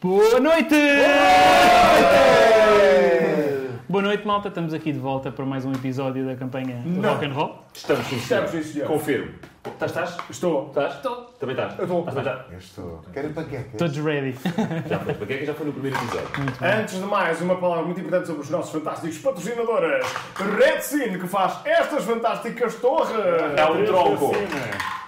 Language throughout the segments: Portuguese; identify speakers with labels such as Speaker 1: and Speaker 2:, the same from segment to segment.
Speaker 1: Boa noite! Boa noite, malta. Estamos aqui de volta para mais um episódio da campanha do
Speaker 2: Não.
Speaker 1: Rock and Roll.
Speaker 3: Estamos, sim,
Speaker 2: Estamos,
Speaker 3: senhor.
Speaker 2: sim, senhor.
Speaker 3: Confirmo. Estás, Tá, estás?
Speaker 2: Estou.
Speaker 3: Estás? Estou. Também estás?
Speaker 2: Eu estou.
Speaker 3: Ah, também estás.
Speaker 4: Eu estou. Quero panqueca.
Speaker 1: Todos ready.
Speaker 3: Já foi panqueca, já foi no primeiro episódio.
Speaker 2: Antes de mais, uma palavra muito importante sobre os nossos fantásticos patrocinadores. Red Sin, que faz estas fantásticas torres.
Speaker 3: É um tronco.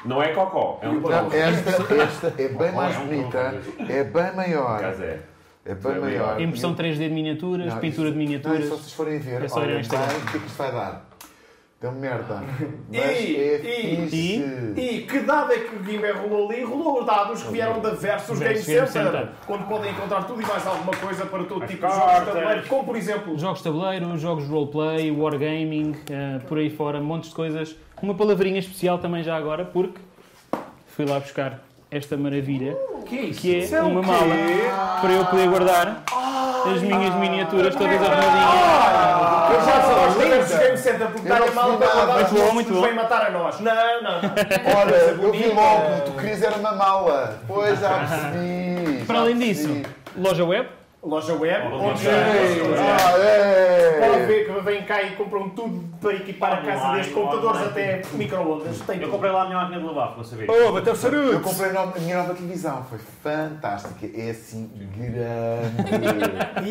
Speaker 3: Não é cocó, é um
Speaker 4: Não,
Speaker 3: tronco.
Speaker 4: esta, esta é bem mais bonita, é bem maior.
Speaker 3: Caso é.
Speaker 4: É bem maior.
Speaker 1: Impressão 3D de miniaturas,
Speaker 4: Não,
Speaker 1: pintura de
Speaker 4: isto-
Speaker 1: miniaturas.
Speaker 4: Não, e se vocês forem ver,
Speaker 1: É só ir ao
Speaker 4: olha,
Speaker 1: Instagram.
Speaker 4: vai, o que é que isto vai dar? Deu merda. Mas
Speaker 2: E-
Speaker 4: é
Speaker 2: e-
Speaker 4: fixe.
Speaker 2: E que dado é que o Guimé rolou ali? Rolou os dados que vieram da Versus Game
Speaker 1: Versus Game
Speaker 2: Center,
Speaker 1: Center.
Speaker 2: onde podem encontrar tudo e mais alguma coisa para todo tipo de jogos
Speaker 3: cartas.
Speaker 2: de tabuleiro, como por exemplo...
Speaker 1: Jogos de tabuleiro, jogos de roleplay, wargaming, eh, por aí fora, montes de coisas. Uma palavrinha especial também já agora, porque fui lá buscar esta maravilha,
Speaker 3: Que é isso?
Speaker 1: que é
Speaker 2: é o
Speaker 1: uma
Speaker 2: quê?
Speaker 1: mala para eu poder guardar as minhas miniaturas todas arrumadinhas.
Speaker 2: Eu já sou os Versus Game Center porque
Speaker 4: Eu
Speaker 2: dá-lhe
Speaker 4: não
Speaker 2: mal
Speaker 4: percebi
Speaker 2: para
Speaker 4: nada.
Speaker 2: mandar os
Speaker 4: Muito bom,
Speaker 2: russos
Speaker 1: muito
Speaker 2: nos
Speaker 1: bom.
Speaker 2: vêm matar a nós. Não, não, não.
Speaker 4: Olha, eu vi
Speaker 2: bonita.
Speaker 4: logo, tu querias era uma mala. Pois já percebi. já
Speaker 1: Para além disso,
Speaker 4: percebi.
Speaker 1: loja web,
Speaker 2: Loja web,
Speaker 3: Loja
Speaker 2: onde
Speaker 3: web.
Speaker 4: Ah, é.
Speaker 2: Podem ver que vêm cá e compram tudo para equipar a casa
Speaker 5: Online,
Speaker 2: desde computadores
Speaker 5: online,
Speaker 2: até microondas. Tem
Speaker 5: Eu
Speaker 2: tudo.
Speaker 5: comprei lá a minha máquina de lavar, para saber.
Speaker 2: Oh, bateu
Speaker 4: Eu
Speaker 2: saruto!
Speaker 4: comprei a nova- a minha nova televisão, foi fantástica. É assim, grande.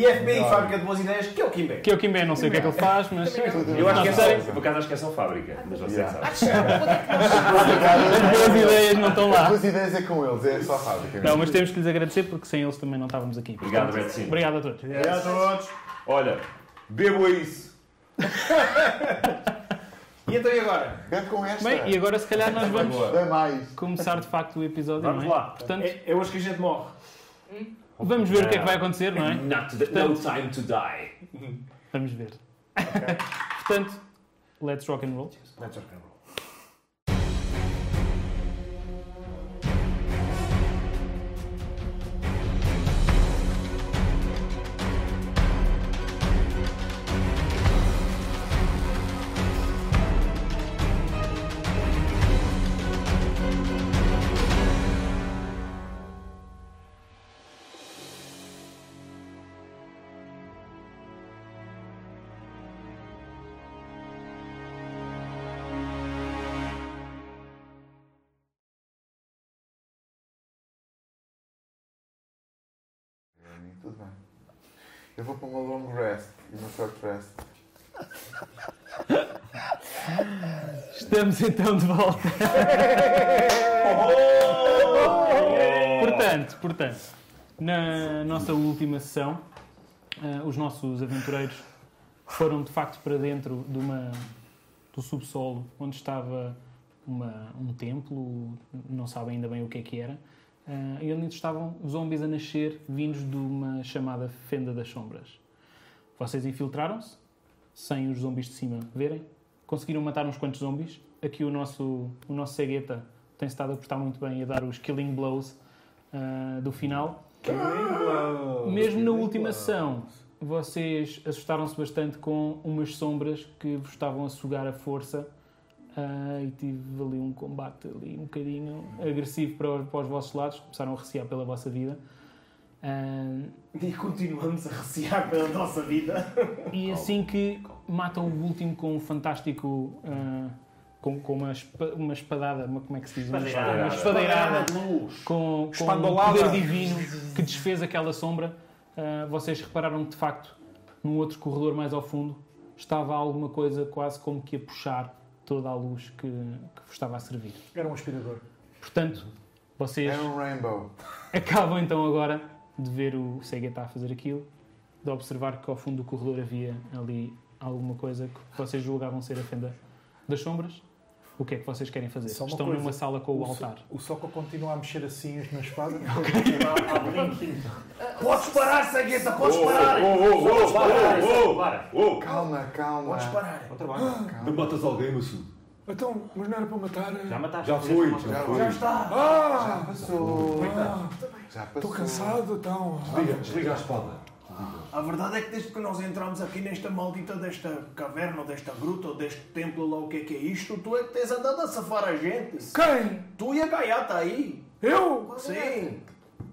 Speaker 2: E FBI, Fábrica de Boas Ideias, que é o Kimber.
Speaker 1: que eu que bem não sei o que é que ele faz, mas
Speaker 3: Eu acho que é
Speaker 1: Não,
Speaker 3: só, por acaso acho que é só fábrica, mas você
Speaker 4: Yeah.
Speaker 3: sabe.
Speaker 1: as boas ideias não estão lá.
Speaker 4: As duas ideias é com eles, é só a fábrica.
Speaker 1: Não, mas temos que lhes agradecer porque sem eles também não estávamos aqui.
Speaker 3: Obrigado, Red Sim.
Speaker 1: Obrigado a todos.
Speaker 2: Obrigado é a todos.
Speaker 3: Olha, bebo isso.
Speaker 2: E então e agora?
Speaker 4: Pede com esta.
Speaker 1: Bem, e agora se calhar nós vamos
Speaker 4: Dá mais.
Speaker 1: começar de facto o episódio,
Speaker 5: Vamos
Speaker 1: não é?
Speaker 5: lá.
Speaker 1: Portanto,
Speaker 2: É, é hoje que a gente morre.
Speaker 1: vamos ver o que é que vai acontecer, não é?
Speaker 3: Not the, no time to die.
Speaker 1: Vamos ver. Portanto, let's rock and roll.
Speaker 4: Tudo bem. Eu vou para uma long rest e uma short rest.
Speaker 1: Estamos então de volta. portanto, portanto, na nossa última sessão, ah, os nossos aventureiros foram de facto para dentro de uma, do subsolo onde estava uma- um templo, não sabem ainda bem o que é que era, ah, e onde estavam zombies a nascer vindos de uma chamada Fenda das Sombras. Vocês infiltraram-se, sem os zombies de cima verem, conseguiram matar uns quantos zombies. Aqui o nosso, o nosso cegueta tem estado a apostar muito bem e a dar os killing blows ah, do final. Mesmo na última sessão, vocês assustaram-se bastante com umas sombras que vos estavam a sugar a força. ah, e tive ali um combate ali um bocadinho agressivo para, os- para os vossos lados, começaram a recear pela vossa vida. Ah,
Speaker 2: E continuamos a recear pela nossa vida.
Speaker 1: E assim que matam o último com um fantástico. ah, com, com uma, espa- uma espadada, uma, como é que se diz? Uma
Speaker 5: Espadeirada.
Speaker 1: Uma espadeirada
Speaker 2: é de luz.
Speaker 1: com, com um
Speaker 2: Espandolada.
Speaker 1: poder divino que desfez aquela sombra. ah, vocês repararam que, de facto, num outro corredor mais ao fundo, estava alguma coisa quase como que a puxar toda a luz que, que vos estava a servir.
Speaker 2: Era um aspirador.
Speaker 1: Portanto, vocês
Speaker 4: Era um rainbow.
Speaker 1: acabam então agora de ver o Segueta a fazer aquilo, de observar que ao fundo do corredor havia ali alguma coisa que vocês julgavam ser a fenda das sombras. O que é que vocês querem fazer?
Speaker 6: Só uma
Speaker 1: Estão
Speaker 6: coisa.
Speaker 1: numa sala com o,
Speaker 6: O so-
Speaker 1: altar.
Speaker 6: O Soco continua a mexer assim na espada.
Speaker 2: Podes parar, cegueta, podes
Speaker 3: Oh,
Speaker 2: parar!
Speaker 3: oh, oh, oh, oh,
Speaker 5: Para.
Speaker 3: oh, oh.
Speaker 4: Calma, calma.
Speaker 2: Podes parar!
Speaker 5: Outra vaca.
Speaker 3: Não matas alguém, Massu.
Speaker 6: então, mas não era para matar.
Speaker 5: Já mataste.
Speaker 3: Já foi, já
Speaker 4: Já
Speaker 3: foi.
Speaker 4: foi.
Speaker 2: Está!
Speaker 4: Já
Speaker 6: Ah!
Speaker 4: passou. Já passou.
Speaker 6: Estou cansado, então.
Speaker 3: Desliga, desliga a espada.
Speaker 2: A verdade é que desde que nós entramos aqui nesta maldita desta caverna, ou desta gruta, ou deste templo, lá o que é que é isto, tu é que tens andado a safar a gente.
Speaker 6: Quem?
Speaker 2: Tu e a gaiata aí.
Speaker 6: Eu?
Speaker 2: Sim.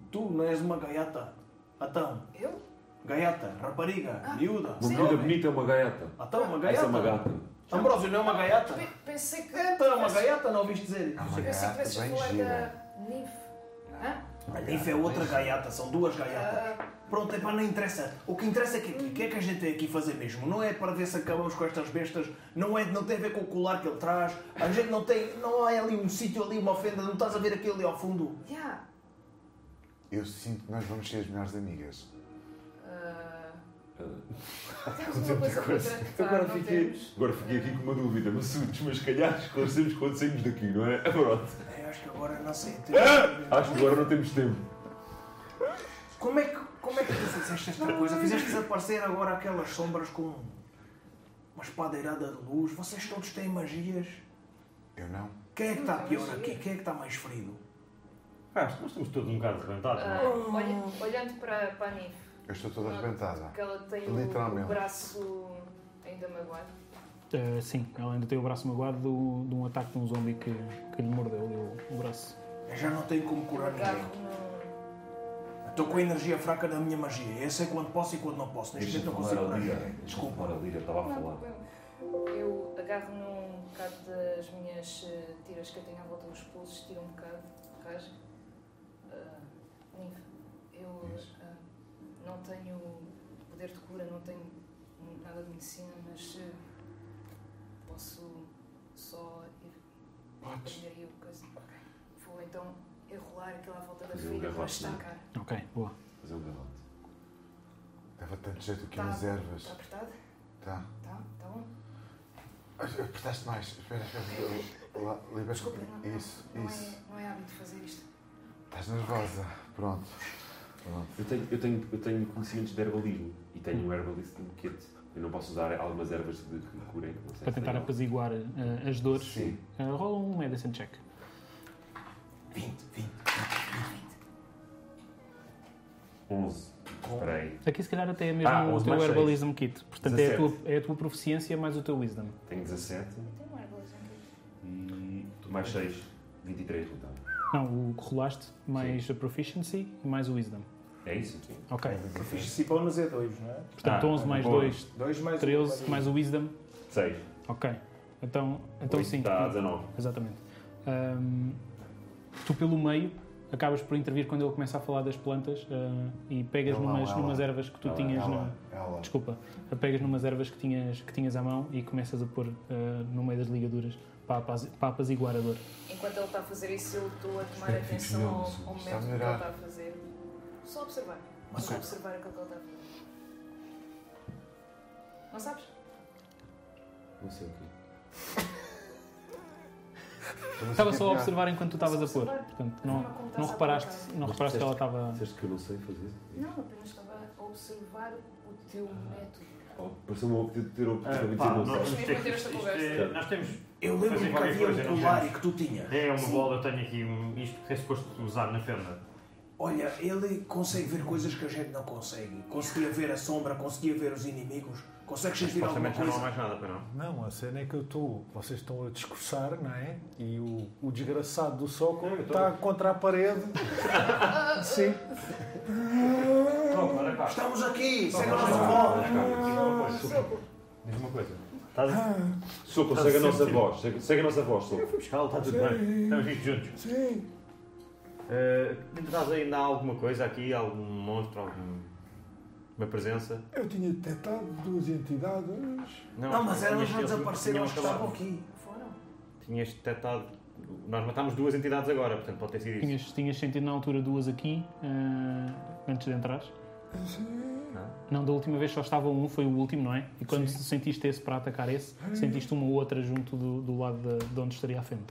Speaker 2: Tu não és uma gaiata. Então,
Speaker 5: Eu?
Speaker 2: gaiata, rapariga,
Speaker 5: Ah,
Speaker 2: miúda,
Speaker 3: Uma
Speaker 2: jovem.
Speaker 3: menina bonita é uma gaiata.
Speaker 2: Então, uma
Speaker 3: Essa
Speaker 2: gaiata.
Speaker 3: é uma gata.
Speaker 2: Ambrósio, não é uma gaiata?
Speaker 5: Pe- Pensei que.
Speaker 2: Então, uma gaiata, não ouviste dizer?
Speaker 3: Ah,
Speaker 4: É uma
Speaker 5: Pensei que
Speaker 4: gata
Speaker 5: tivesse
Speaker 4: bem
Speaker 5: falar
Speaker 4: gira.
Speaker 5: da Ninf. Hã?
Speaker 2: A Nif é outra gaiata, são duas gaiatas. Pronto, é para não interessa. O que interessa é que o que é que a gente tem aqui fazer mesmo? Não é para ver se acabamos com estas bestas, não, é, não tem a ver com o colar que ele traz, a gente não tem. Não há ali um sítio ali, uma ofenda, não estás a ver aquilo ali ao fundo.
Speaker 5: Yeah.
Speaker 4: Eu sinto que nós vamos ser as melhores amigas.
Speaker 5: Ah, Temos uma coisa para
Speaker 3: Ah. Coisa.
Speaker 5: tratar,
Speaker 3: Agora
Speaker 5: não
Speaker 3: fiquei,
Speaker 5: temos?
Speaker 3: agora fiquei aqui com uma dúvida, Massudos, mas se calhar esclarecemos quando saímos daqui, não é? Pronto.
Speaker 2: É, acho que agora não sei.
Speaker 3: É! Acho que agora não temos tempo.
Speaker 2: Como é que, como é que tu fizeste esta coisa? Fizeste desaparecer agora aquelas sombras com uma espadeirada de luz? Vocês todos têm magias?
Speaker 4: Eu não.
Speaker 2: Quem é que está
Speaker 5: Não,
Speaker 2: pior
Speaker 5: magia.
Speaker 2: aqui? Quem é que está mais ferido?
Speaker 7: Ah, nós estamos todos um bocado desventados, não
Speaker 5: Ah,
Speaker 7: é?
Speaker 3: Hum.
Speaker 5: olha- olhando para, para a Ninf,
Speaker 4: Eu estou toda arrebentada.
Speaker 5: que ela tem o,
Speaker 4: Literalmente.
Speaker 5: o braço ainda magoado.
Speaker 1: Eh, sim, ela ainda tem o braço magoado do- de um ataque de um zombi que, que lhe mordeu ali o, o braço.
Speaker 2: Eu já não tenho como curar ninguém.
Speaker 5: Agarro no.
Speaker 2: Estou com a energia fraca da minha magia. Eu sei quando posso e quando não posso. Neste
Speaker 3: Então
Speaker 2: momento não consigo curar ninguém. Desculpa.
Speaker 3: Desculpa, a Lira estava a falar.
Speaker 5: Eu agarro num bocado das minhas eh, tiras que eu tenho à volta dos pulsos, tiro um bocado, rasgo. Ah, Ninfa, eu ah, não tenho poder de cura, não tenho nada de medicina, mas eh, posso só ir
Speaker 4: Podes.
Speaker 5: aprender aí o coisa. Vou então enrolar aquilo à volta da
Speaker 3: Fazer um
Speaker 5: ferida para
Speaker 3: garrote,
Speaker 5: destacar.
Speaker 1: Ok, boa.
Speaker 3: Fazer um galote.
Speaker 4: Dava tanto jeito aqui
Speaker 5: Tá.
Speaker 4: nas ervas.
Speaker 5: Está apertado? Então,
Speaker 4: Tá.
Speaker 5: Está? Está bom?
Speaker 4: Ai, Apertaste mais. Espera, espera. Eu- lá, Libera.
Speaker 5: Desculpa, não, não-
Speaker 4: Isso,
Speaker 5: não
Speaker 4: isso.
Speaker 5: É, não é hábito fazer isto.
Speaker 4: Estás nervosa. Pronto.
Speaker 3: Eu tenho, eu, tenho, eu tenho conhecimentos de herbalismo e tenho um herbalista no kit. Eu não posso usar algumas ervas de, que me curem. Não sei se
Speaker 1: Para tentar
Speaker 3: tenho.
Speaker 1: apaziguar eh, as dores,
Speaker 4: Sim.
Speaker 1: eh, rola um medicine check.
Speaker 2: 20, 20.
Speaker 3: 11. Espera aí.
Speaker 1: Aqui se calhar até é mesmo
Speaker 3: Ah,
Speaker 1: o
Speaker 3: 11
Speaker 1: teu
Speaker 3: mais seis.
Speaker 1: herbalism kit. Portanto, é a, tua,
Speaker 3: 17.
Speaker 1: é a tua proficiência mais o teu wisdom.
Speaker 3: Tenho 17
Speaker 5: Tem um arboleto aqui.
Speaker 3: e mais 6. 23 então.
Speaker 1: Não, o que rolaste, mais a proficiency e mais o wisdom.
Speaker 3: É isso?
Speaker 1: Ok.
Speaker 4: Uhum.
Speaker 2: Fiz bónus é 2, não é?
Speaker 1: Portanto,
Speaker 3: Ah,
Speaker 1: 11 mais
Speaker 3: boa.
Speaker 1: 2,
Speaker 2: 2
Speaker 7: um.
Speaker 2: mais
Speaker 1: 13, mais um. o wisdom.
Speaker 3: 6.
Speaker 1: Ok. Então, então sim.
Speaker 3: Está a 19.
Speaker 1: Exatamente. Ahm, tu, pelo meio, acabas por intervir quando ele começa a falar das plantas ah, e pegas
Speaker 4: Ela,
Speaker 1: numas,
Speaker 4: ela.
Speaker 1: numas ervas que tu
Speaker 3: Ela,
Speaker 1: tinhas na.
Speaker 4: Ela, ela.
Speaker 1: Desculpa, pegas numas ervas que tinhas, que tinhas à mão e começas a pôr ah, no meio das ligaduras para, apaz- para apaziguar a dor.
Speaker 5: Enquanto ele está a fazer isso, eu estou a tomar
Speaker 4: Espero que fiques
Speaker 5: atenção ao,
Speaker 4: melhor,
Speaker 5: ao
Speaker 4: Está a
Speaker 5: momento que ele
Speaker 4: melhorar.
Speaker 5: está a fazer. Só observar. Só observar aquilo que ele está a fazer. Não sabes?
Speaker 3: Não sei o quê.
Speaker 4: Estamos
Speaker 1: Estava
Speaker 4: aqui
Speaker 1: só a
Speaker 4: piar.
Speaker 1: observar enquanto tu estavas a
Speaker 5: Só
Speaker 1: pôr.
Speaker 5: observar.
Speaker 1: Portanto,
Speaker 5: Não,
Speaker 1: não,
Speaker 5: como estás
Speaker 1: não
Speaker 5: a
Speaker 1: reparaste,
Speaker 5: apontar.
Speaker 1: não
Speaker 3: Mas
Speaker 1: reparaste que ela estava.
Speaker 3: Disseste que eu não sei fazer.
Speaker 5: Não, apenas estava a observar o teu
Speaker 4: Ah.
Speaker 5: método.
Speaker 3: Oh, Pareceu-me obter- ter obtido
Speaker 7: Ah,
Speaker 3: a
Speaker 7: pá,
Speaker 3: 19.
Speaker 7: nós-
Speaker 5: Vamos
Speaker 7: isto é-
Speaker 5: mesmo ter esta
Speaker 7: isto
Speaker 5: conversa.
Speaker 7: é- Nós temos.
Speaker 2: Eu lembro
Speaker 7: Fazer
Speaker 2: que
Speaker 7: qualquer
Speaker 2: havia
Speaker 7: coisa,
Speaker 2: um
Speaker 7: não
Speaker 2: colar
Speaker 7: sei.
Speaker 2: e que tu tinhas.
Speaker 7: É uma bola, eu tenho aqui um, isto que é suposto usar na fenda.
Speaker 2: Olha, ele consegue ver coisas que a gente não consegue. Conseguia ver a sombra, conseguia ver os inimigos. Consegues sentir alguma
Speaker 7: Supostamente já não há
Speaker 2: coisa?
Speaker 7: mais nada para não.
Speaker 6: Não, a cena é que eu estou. Vocês estão a discursar, não é? E o, o desgraçado do soco
Speaker 7: Eu tô-
Speaker 6: está contra a parede. Sim.
Speaker 7: Pronto, olha cá.
Speaker 2: Estamos aqui, segue a
Speaker 7: Olha
Speaker 2: nossa
Speaker 7: cá,
Speaker 2: voz.
Speaker 7: olha cá, diz uma coisa. Diz uma coisa. Estás
Speaker 6: Ah,
Speaker 7: a...
Speaker 3: Soco,
Speaker 7: Tá
Speaker 3: segue a
Speaker 7: sempre
Speaker 3: nossa
Speaker 7: sim.
Speaker 3: voz. Segue, segue a nossa voz,
Speaker 7: Eu
Speaker 2: Ah,
Speaker 3: Soco.
Speaker 7: fui buscá-lo, está tudo bem. Estamos aqui juntos.
Speaker 6: Sim.
Speaker 7: Uh, estás ainda há alguma coisa aqui? Algum monstro? Algum... Uma presença?
Speaker 6: Eu tinha detectado duas entidades.
Speaker 2: Não, mas
Speaker 7: tinhas-
Speaker 2: elas não
Speaker 7: eles
Speaker 2: desapareceram,
Speaker 7: tinham
Speaker 2: elas que estavam
Speaker 7: acabado.
Speaker 2: aqui.
Speaker 5: Foram?
Speaker 7: Tinhas detectado. Nós matámos duas entidades agora, portanto pode ter sido isso.
Speaker 1: Tinhas, tinhas sentido na altura duas aqui, ah, antes de entrar.
Speaker 7: Uhum.
Speaker 1: Não, da última vez só estava um, foi o último, não é? E quando sentiste esse para atacar esse,
Speaker 7: Uhum.
Speaker 1: sentiste uma ou outra junto do, do lado de, de onde estaria à frente.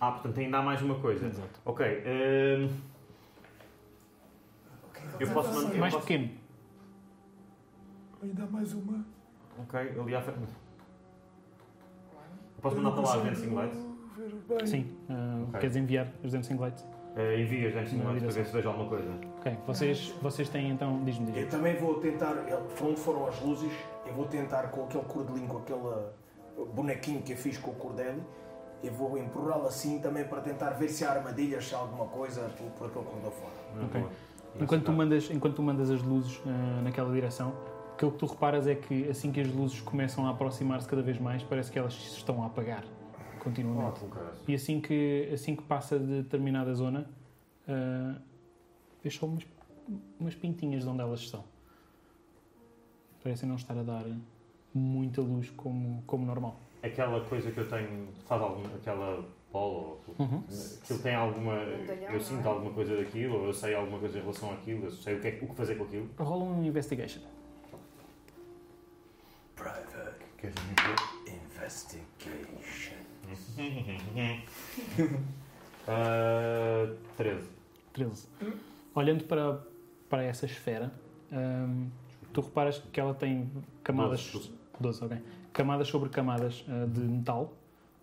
Speaker 7: Ah, portanto ainda há mais uma coisa.
Speaker 1: Exato.
Speaker 7: Ok. ehm,
Speaker 5: O que é
Speaker 2: então
Speaker 5: que ele
Speaker 7: eu posso
Speaker 2: assim.
Speaker 7: manter.
Speaker 1: Mais
Speaker 7: eu posso-
Speaker 1: pequeno.
Speaker 6: Ainda há mais uma.
Speaker 7: Ok, ali à frente.
Speaker 5: está
Speaker 7: Eu posso mandar para lá as Dancing Lights?
Speaker 6: Ver bem.
Speaker 1: Sim, ah,
Speaker 7: Ok.
Speaker 1: queres enviar os Dancing Lights?
Speaker 7: Eh, envia as Dancing
Speaker 1: Uma
Speaker 7: Lights para
Speaker 1: direção.
Speaker 7: ver se vejo alguma coisa.
Speaker 1: Ok, vocês, vocês têm então, diz-me, diz-me.
Speaker 2: Eu também vou tentar, ele- para onde foram as luzes, eu vou tentar com aquele cordelinho, com aquele eh, bonequinho que eu fiz com o cordel, eu vou empurrá-lo assim também para tentar ver se há armadilhas, se há alguma coisa por, por aquele cordel fora.
Speaker 7: Não,
Speaker 1: Ok.
Speaker 7: boa.
Speaker 1: Enquanto tu, mandas, enquanto tu mandas as luzes ah, naquela direção, aquilo que tu reparas é que assim que as luzes começam a aproximar-se cada vez mais, parece que elas se estão a apagar
Speaker 7: tá.
Speaker 1: continuamente. E assim que, assim que passa de determinada zona, ah, vês só umas, umas pintinhas de onde elas estão. Parecem não estar a dar muita luz como, como normal.
Speaker 7: Aquela coisa que eu tenho, sabe, algum, aquela bola, ou-
Speaker 1: Uhum.
Speaker 7: aquilo tem alguma.
Speaker 5: Bandalhão,
Speaker 7: Eu sinto
Speaker 5: não é?
Speaker 7: alguma coisa daquilo, ou eu sei alguma coisa em relação àquilo, eu sei o que, é, o que fazer com aquilo.
Speaker 1: Rola um investigation.
Speaker 2: Private
Speaker 4: Queres me dizer?
Speaker 2: investigation.
Speaker 7: Ah, 13.
Speaker 1: 13. Olhando para, para essa esfera, hum, tu reparas que ela tem camadas. 12,
Speaker 7: Doze.
Speaker 1: ok. Camadas sobre camadas ah, de metal,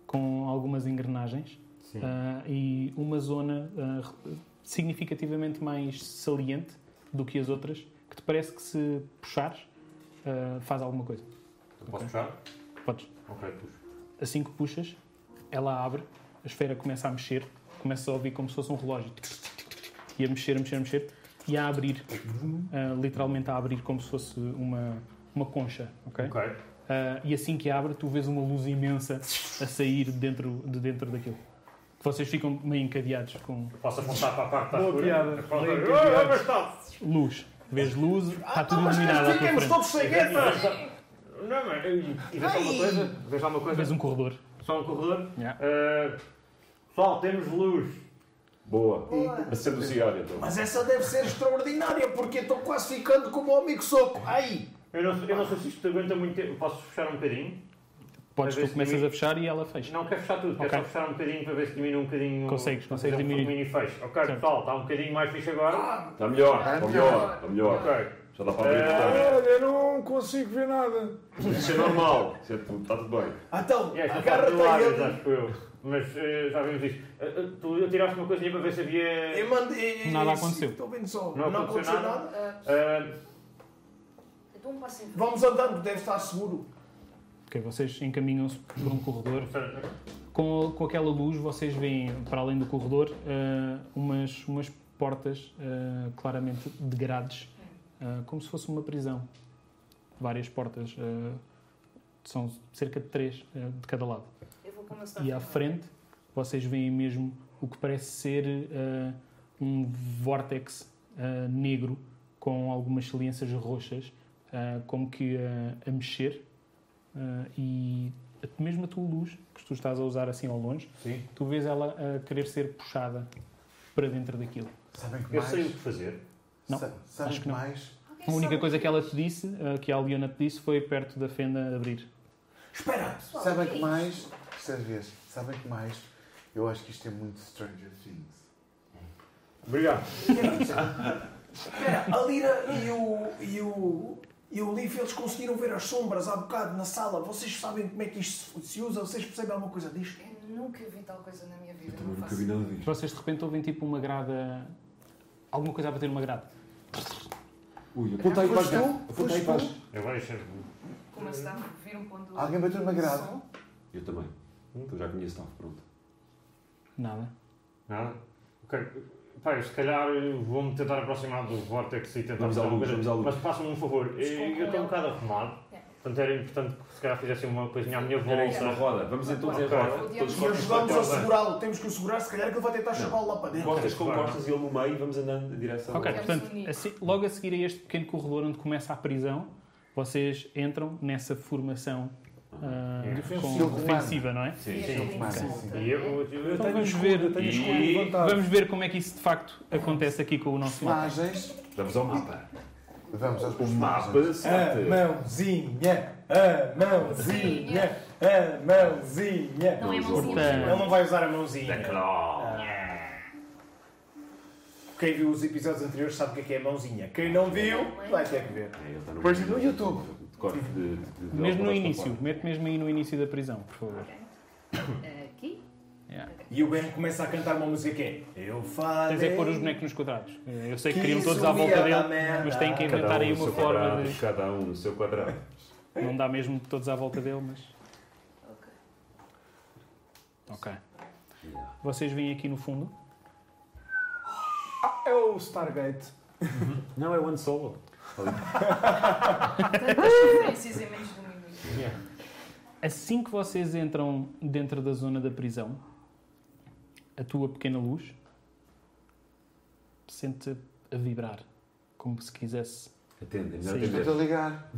Speaker 1: com algumas engrenagens
Speaker 7: Sim.
Speaker 1: ah, e uma zona ah, re- significativamente mais saliente do que as outras, que te parece que se puxares, ah, faz alguma coisa.
Speaker 7: Eu posso puxar?
Speaker 1: Podes.
Speaker 7: Ok, puxo.
Speaker 1: Assim que puxas, ela abre, a esfera começa a mexer, começa a ouvir como se fosse um relógio. E a mexer, a mexer, a mexer. E a abrir, ah, literalmente a abrir como se fosse uma, uma concha, ok?
Speaker 7: Ok.
Speaker 1: Ah, e assim que abre, tu vês uma luz imensa a sair de dentro, de dentro daquilo. Vocês ficam meio encadeados com
Speaker 7: Posso apontar para a parte da
Speaker 6: Boa
Speaker 7: escura?
Speaker 6: piada.
Speaker 7: Aponta-
Speaker 6: Bem
Speaker 7: Ah,
Speaker 6: piada.
Speaker 7: mas está-
Speaker 1: luz. Vês luz,
Speaker 2: Ah,
Speaker 1: está Tá tudo iluminado à tua frente.
Speaker 7: Não, mas. E vejo alguma coisa? Vejo alguma coisa?
Speaker 1: Vês um corredor.
Speaker 7: Só um corredor?
Speaker 1: Yeah.
Speaker 7: Ah, pessoal, temos luz.
Speaker 3: Boa. Acendo o cigarro então.
Speaker 2: Mas essa deve ser extraordinária, porque eu estou quase ficando como o amigo soco. Ai!
Speaker 7: Eu não, eu não sei se isto aguenta muito tempo. Posso fechar um bocadinho?
Speaker 1: Podes,
Speaker 7: Vês
Speaker 1: tu começas
Speaker 7: ninguém?
Speaker 1: a fechar e ela fecha.
Speaker 7: Não quero fechar tudo, quero
Speaker 1: Ok.
Speaker 7: só fechar um bocadinho para ver se diminui um bocadinho.
Speaker 1: Consegues, consegues
Speaker 7: fazer um
Speaker 1: diminuir.
Speaker 7: mini fecho. Ok,
Speaker 1: Certo.
Speaker 7: pessoal, está um bocadinho mais fixe agora.
Speaker 2: Ah,
Speaker 3: Está Tá melhor, está
Speaker 4: Está
Speaker 3: melhor, está melhor.
Speaker 7: Ok.
Speaker 3: Já dá para abrir a
Speaker 8: É.
Speaker 3: porta.
Speaker 6: Olha, eu não consigo ver nada.
Speaker 3: tá- Isso é normal. Isso é tudo, está tudo bem.
Speaker 2: Então,
Speaker 7: E esta parte do lado,
Speaker 2: agarra-te a ele.
Speaker 7: acho eu. Mas eh, já vimos isto. Eh, eh, tu eu tiraste uma coisinha para ver se havia.
Speaker 2: Eu mandei- eu-
Speaker 1: Nada
Speaker 2: eu-
Speaker 1: aconteceu.
Speaker 2: Estou vendo só.
Speaker 7: Não aconteceu nada.
Speaker 5: Ah,
Speaker 7: Ah,
Speaker 5: eu dou um passo em frente.
Speaker 2: Vamos andando, deve estar seguro.
Speaker 1: Ok, vocês encaminham-se por um corredor.
Speaker 7: portanto,
Speaker 1: Com, com aquela luz, vocês veem, para além do corredor, eh, umas, umas portas eh, claramente de grades, eh, como se fosse uma prisão. Várias portas, eh, são cerca de três eh, de cada lado.
Speaker 5: Eu vou começar.
Speaker 1: E à frente, vocês veem mesmo o que parece ser eh, um vórtex eh, negro com algumas saliências roxas, eh, como que eh, a mexer. eh, e até mesmo a tua luz, que tu estás a usar assim ao longe,
Speaker 7: Sim.
Speaker 1: tu vês ela a querer ser puxada para dentro daquilo.
Speaker 4: Sabem que
Speaker 7: eu
Speaker 4: mais?
Speaker 7: sei o que fazer.
Speaker 1: Não,
Speaker 4: Sa- sabem
Speaker 1: acho que
Speaker 4: que
Speaker 1: não.
Speaker 4: mais?
Speaker 1: A única coisa que ela te disse, eh, que a Leona te disse, foi perto da fenda abrir.
Speaker 2: Espera!
Speaker 4: Sabem que é mais? Isto às vezes. Sabem que mais? Eu acho que isto é muito Stranger Things.
Speaker 7: Obrigado.
Speaker 2: é Espera, a Lira e o, e o, e o Leaf, eles conseguiram ver as sombras há bocado na sala. Vocês sabem como é que isto se- se usa? Vocês percebem alguma coisa disto?
Speaker 5: Eu nunca vi tal coisa na minha vida.
Speaker 3: Eu
Speaker 5: não
Speaker 3: também nunca
Speaker 5: faço.
Speaker 3: vi nada disto.
Speaker 1: Vocês de repente ouvem tipo uma grada. Alguma coisa a bater numa grade.
Speaker 3: Ui, aponta aí para
Speaker 4: Foste
Speaker 3: baixo.
Speaker 4: tu?
Speaker 3: Aponta aí
Speaker 4: Foste
Speaker 3: para baixo.
Speaker 4: tu?
Speaker 7: Eu vejo.
Speaker 5: Começo a vir um ponto.
Speaker 4: Alguém bateu numa grade.
Speaker 5: som.
Speaker 3: Eu também. Então já conheço, estava pronto.
Speaker 1: Nada.
Speaker 7: Nada? Ok. Pá, eu se calhar eh, vou-me tentar aproximar do vórtex e tentar
Speaker 3: Vamos à
Speaker 7: fazer
Speaker 3: luz,
Speaker 7: alguma coisa.
Speaker 3: vamos à luz.
Speaker 7: Mas façam-me um favor, eu
Speaker 5: Desculpa,
Speaker 7: eu estou
Speaker 5: não.
Speaker 7: um bocado arrumado,
Speaker 5: É.
Speaker 7: portanto era importante que se calhar fizessem uma coisinha à minha
Speaker 3: Era isso, uma
Speaker 7: volta.
Speaker 3: roda. Vamos então em
Speaker 7: Ok.
Speaker 3: roda. Todos
Speaker 2: E
Speaker 3: com
Speaker 2: ajudamos a segurá-lo. Temos que o segurar, se calhar que ele vai tentar chamá-lo lá para dentro.
Speaker 3: costas com costas e ele no meio e vamos andando em direção.
Speaker 1: Ok,
Speaker 5: Quero
Speaker 1: portanto,
Speaker 5: sumir.
Speaker 1: assim- logo a seguir a este pequeno corredor onde começa a prisão, vocês entram nessa formação
Speaker 3: Uhum. É.
Speaker 1: ah, com
Speaker 7: Yeah.
Speaker 4: Defensiva.
Speaker 1: defensiva, não é?
Speaker 3: Sim,
Speaker 5: Sim,
Speaker 3: sim.
Speaker 5: sim.
Speaker 4: Mas,
Speaker 5: Sim.
Speaker 4: sim.
Speaker 7: E eu, eu, eu
Speaker 1: Então
Speaker 7: tenho-
Speaker 1: vamos ver,
Speaker 6: Tenho escuro
Speaker 3: E-
Speaker 6: levantado.
Speaker 1: vamos ver como é que isso de facto acontece aqui com o nosso mapa.
Speaker 4: Personagens.
Speaker 3: Vamos ao mapa.
Speaker 4: Vamos aos
Speaker 3: O
Speaker 4: personagens.
Speaker 3: mapa
Speaker 6: A
Speaker 2: É,
Speaker 3: certo.
Speaker 6: mãozinha, a mãozinha, a mãozinha.
Speaker 5: Não é mãozinha.
Speaker 1: Portanto,
Speaker 6: Ele não vai usar a mãozinha.
Speaker 7: É
Speaker 3: Claro.
Speaker 6: Quem viu os episódios anteriores sabe o que é que é a mãozinha. Quem não viu, vai ter que ver.
Speaker 3: É, ele está
Speaker 4: Pois, no YouTube.
Speaker 3: de corte de- de- de-
Speaker 1: mesmo no
Speaker 3: de-
Speaker 1: início, mete mesmo aí no início da prisão, por favor.
Speaker 5: Aqui.
Speaker 1: Yeah.
Speaker 6: E o Ben começa a cantar uma música que é Eu falei.
Speaker 1: Tens é que pôr os bonecos nos quadrados. Eh, Eu sei que
Speaker 6: Que
Speaker 1: queriam todos
Speaker 6: isso
Speaker 1: à volta
Speaker 6: ia
Speaker 1: dele,
Speaker 6: dar merda.
Speaker 1: mas têm que
Speaker 3: Cada um
Speaker 1: inventar aí
Speaker 3: no
Speaker 1: uma
Speaker 3: seu
Speaker 1: forma
Speaker 3: quadrado,
Speaker 1: de.
Speaker 3: Cada um no seu quadrado.
Speaker 1: Não dá mesmo todos à volta dele, mas. Ok.
Speaker 5: Ok.
Speaker 1: Vocês vêm aqui no fundo.
Speaker 6: É o Stargate.
Speaker 7: Não, é One Solo.
Speaker 5: Tantas referências em menos de um minuto.
Speaker 4: É.
Speaker 1: Assim que vocês entram dentro da zona da prisão, a tua pequena luz sente a vibrar, como se quisesse.
Speaker 3: Atende, é melhor
Speaker 1: Sim.
Speaker 3: atender.
Speaker 7: Então,
Speaker 4: Estou a ligar.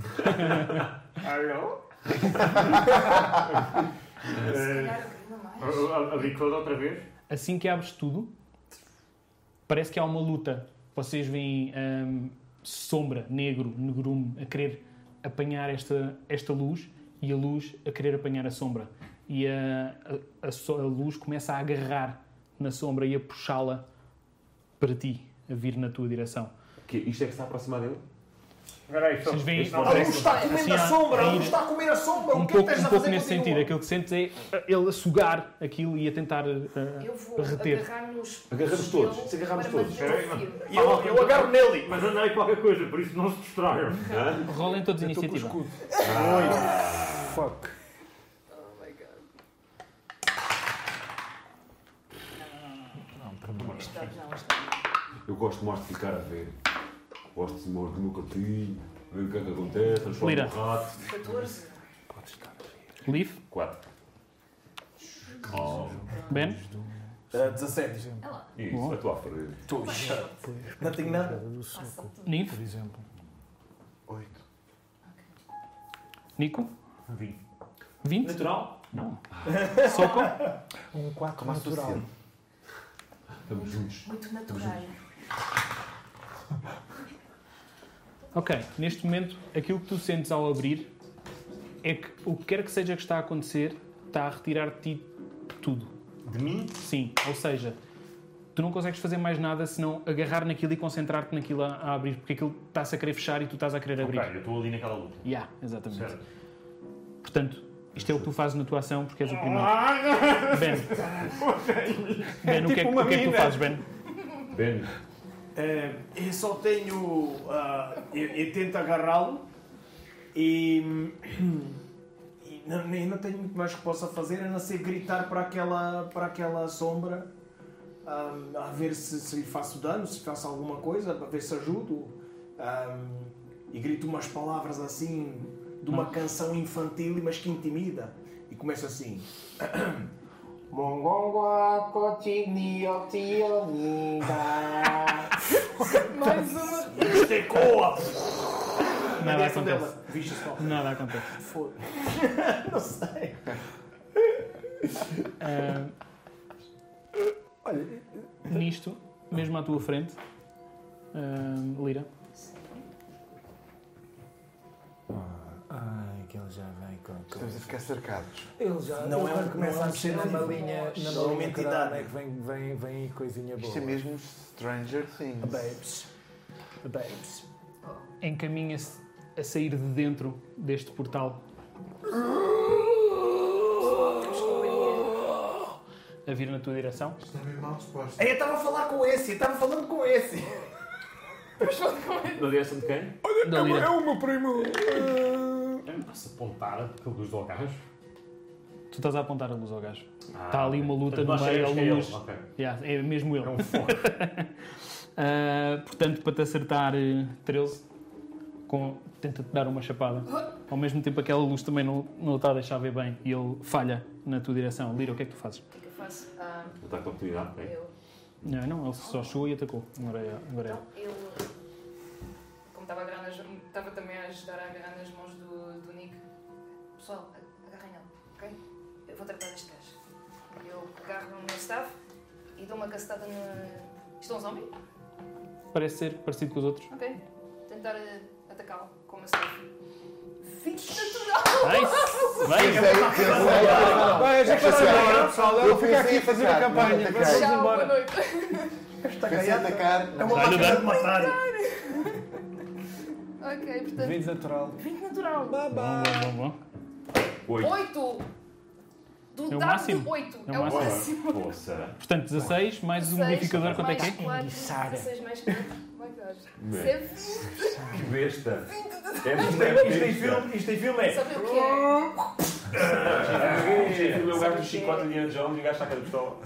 Speaker 7: Alô?
Speaker 5: Se
Speaker 7: Eh,
Speaker 5: calhar abriu mais.
Speaker 7: a- a- Abri cold outra vez?
Speaker 1: Assim que abres tudo, parece que há uma luta. Vocês veem hum, sombra, negro, negrume, a querer apanhar esta, esta luz e a luz a querer apanhar a sombra. E a, a- a so- a luz começa a agarrar na sombra e a puxá-la para ti, a vir na tua direção.
Speaker 3: Que isto é que se está a aproximar dele?
Speaker 7: Espera aí, um
Speaker 1: Vocês veem-
Speaker 7: isto
Speaker 1: Ah,
Speaker 2: A
Speaker 7: parece-
Speaker 2: luz um está a comer
Speaker 1: Assim,
Speaker 2: a
Speaker 1: há-
Speaker 2: sombra! A
Speaker 1: aí-
Speaker 2: luz está a comer a sombra!
Speaker 1: Um
Speaker 2: o que é que
Speaker 1: pouco,
Speaker 2: tens
Speaker 1: um
Speaker 2: a
Speaker 1: pouco
Speaker 2: fazer
Speaker 1: nesse
Speaker 2: continua?
Speaker 1: sentido. Aquilo que sentes é ah, ele a sugar aquilo e a tentar. ah,
Speaker 5: Eu vou
Speaker 1: Reter.
Speaker 5: agarrar nos.
Speaker 3: Agarramos todos,
Speaker 7: é
Speaker 3: se agarrarmos todos.
Speaker 7: E eu, eu agarro nele, mas andei qualquer coisa, por isso não se distraiam.
Speaker 1: rolem todos a
Speaker 6: Eu tô com o
Speaker 1: iniciativa.
Speaker 6: escudo. Fuck.
Speaker 3: Eu gosto mais de ficar a ver. Gosto de morrer no meu cantinho, ver o que é que acontece, transformo
Speaker 1: Lira.
Speaker 3: um rato.
Speaker 5: 14.
Speaker 1: Leaf,
Speaker 3: Quatro. Oh.
Speaker 1: Ben,
Speaker 2: Ah, 17.
Speaker 3: Isso,
Speaker 1: Bom.
Speaker 3: a tua frente.
Speaker 2: Estou lixado. Não tenho nada.
Speaker 6: Do soco,
Speaker 1: Ninf,
Speaker 6: por exemplo.
Speaker 4: Oito.
Speaker 1: Nico,
Speaker 7: Vinte.
Speaker 1: 20.
Speaker 7: Natural?
Speaker 1: Não. Soco,
Speaker 6: Um 4
Speaker 4: Como é que tu
Speaker 6: natural.
Speaker 4: sentes?
Speaker 3: Estamos juntos.
Speaker 5: Muito natural.
Speaker 1: Ok, neste momento, aquilo que tu sentes ao abrir é que o que quer que seja que está a acontecer está a retirar de ti tudo.
Speaker 7: De mim?
Speaker 1: Sim, ou seja, tu não consegues fazer mais nada senão agarrar naquilo e concentrar-te naquilo a, a abrir, porque aquilo está-se a querer fechar e tu estás a querer abrir.
Speaker 7: Ok, eu estou ali naquela luta.
Speaker 1: Yeah, exatamente.
Speaker 7: Certo.
Speaker 1: Portanto, isto é o que tu fazes na tua ação porque és o primeiro.
Speaker 2: Ah,
Speaker 1: Ben, ben o, que é, que- o que é que tu fazes, Ben?
Speaker 3: Ben,
Speaker 2: É, eu só tenho. ah, eu, eu tento agarrá-lo e. e não, nem- não tenho muito mais que possa fazer a não ser gritar para aquela, para aquela sombra ah, a ver se, se lhe faço dano, se faço alguma coisa, para ver se ajudo. Ah, e grito umas palavras assim de uma canção infantil, mas que intimida. E começa assim. Mongongwa
Speaker 5: Mais uma.
Speaker 2: Isto ecoa!
Speaker 1: Nada acontece.
Speaker 2: Viste só.
Speaker 1: Nada acontece.
Speaker 2: Foda. Não sei.
Speaker 1: Ah, nisto, mesmo à tua frente, ah, Lira,
Speaker 6: Ai, que ele já vem com
Speaker 4: Estamos a ficar cercados.
Speaker 6: Ele já
Speaker 2: Não é um
Speaker 6: ele
Speaker 2: que começa a mexer
Speaker 6: na
Speaker 2: na
Speaker 6: malinha, na
Speaker 2: Não é uma
Speaker 6: malinha
Speaker 2: entidade.
Speaker 6: crana que vem, vem, vem coisinha boa.
Speaker 4: Isto é mesmo Stranger Things.
Speaker 2: Babes. Babes.
Speaker 1: encaminha-se a sair de dentro deste portal. A vir na tua direção.
Speaker 4: Está bem mal disposta.
Speaker 2: Aí eu estava a falar com esse, eu estava falando com esse.
Speaker 7: Na direção de quem?
Speaker 1: Da Lira.
Speaker 6: o meu primo!
Speaker 7: Eu não posso apontar pela luz do algarve.
Speaker 1: Tu estás a apontar a luz ao gajo.
Speaker 7: Ah,
Speaker 1: Está Tá ali uma luta
Speaker 7: portanto, nós
Speaker 1: no meio,
Speaker 7: sabemos
Speaker 1: a
Speaker 7: que é
Speaker 1: luz.
Speaker 7: ele, ok.
Speaker 1: Yeah, é mesmo ele.
Speaker 7: É um foco.
Speaker 1: Ah, portanto, para te acertar eh, 13, com- tenta-te dar uma chapada. Ao mesmo tempo, aquela luz também não, não está a deixar ver bem e ele falha na tua direção. Lira, o que é que tu fazes?
Speaker 5: O que é que eu faço? Ah,
Speaker 3: ataque de oportunidade. ok?
Speaker 5: eu.
Speaker 1: Não, não, ele só chegou e atacou. Agora é, agora é.
Speaker 5: Então, eu. Como estava a agarrar nas. Estava também a ajudar a agarrar nas mãos do, do Nick. Pessoal, a- agarrem ele, ok? Eu vou tratar deste gajo. Eu agarro o meu staff e dou uma cacetada na. Isto é um zombie?
Speaker 1: Parece ser parecido com os outros.
Speaker 5: Ok. Tentar eh, assim? atacá-lo com uma staff. 20 natural!
Speaker 4: Pensei, pensei,
Speaker 6: Vai, já
Speaker 4: Esta
Speaker 6: passou
Speaker 4: senhora-
Speaker 6: É agora, pessoal. Eu
Speaker 4: eu
Speaker 6: vou ficar aqui
Speaker 4: pensei
Speaker 6: a fazer a
Speaker 4: atacar,
Speaker 6: campanha.
Speaker 4: não
Speaker 6: Vamos
Speaker 4: atacar.
Speaker 5: Tchau, boa
Speaker 6: embora.
Speaker 5: noite!
Speaker 2: Esta
Speaker 4: pensei
Speaker 2: gaiata
Speaker 4: atacar.
Speaker 2: é uma máquina de matar.
Speaker 5: Ok, portanto.
Speaker 6: Vindo natural.
Speaker 5: 20 natural!
Speaker 1: Bom,
Speaker 6: Babá!
Speaker 1: bom, bom, bom.
Speaker 5: 8! Do
Speaker 1: É o
Speaker 5: dado de
Speaker 1: máximo.
Speaker 5: 8!
Speaker 1: É o
Speaker 5: É o
Speaker 1: máximo.
Speaker 5: máximo!
Speaker 3: Poça.
Speaker 1: Portanto, 16 mais o modificador, quanto é que é?
Speaker 5: Quatro, 16 mais 4. Oh my God. Isso é 20.
Speaker 3: Que besta. É
Speaker 2: Isto
Speaker 3: besta.
Speaker 2: é- Isto em filme, isto em filme é.
Speaker 5: Sabe o que é?
Speaker 3: Isto é o gajo do chicote de Indiana Jones e o gajo está a cada pistola.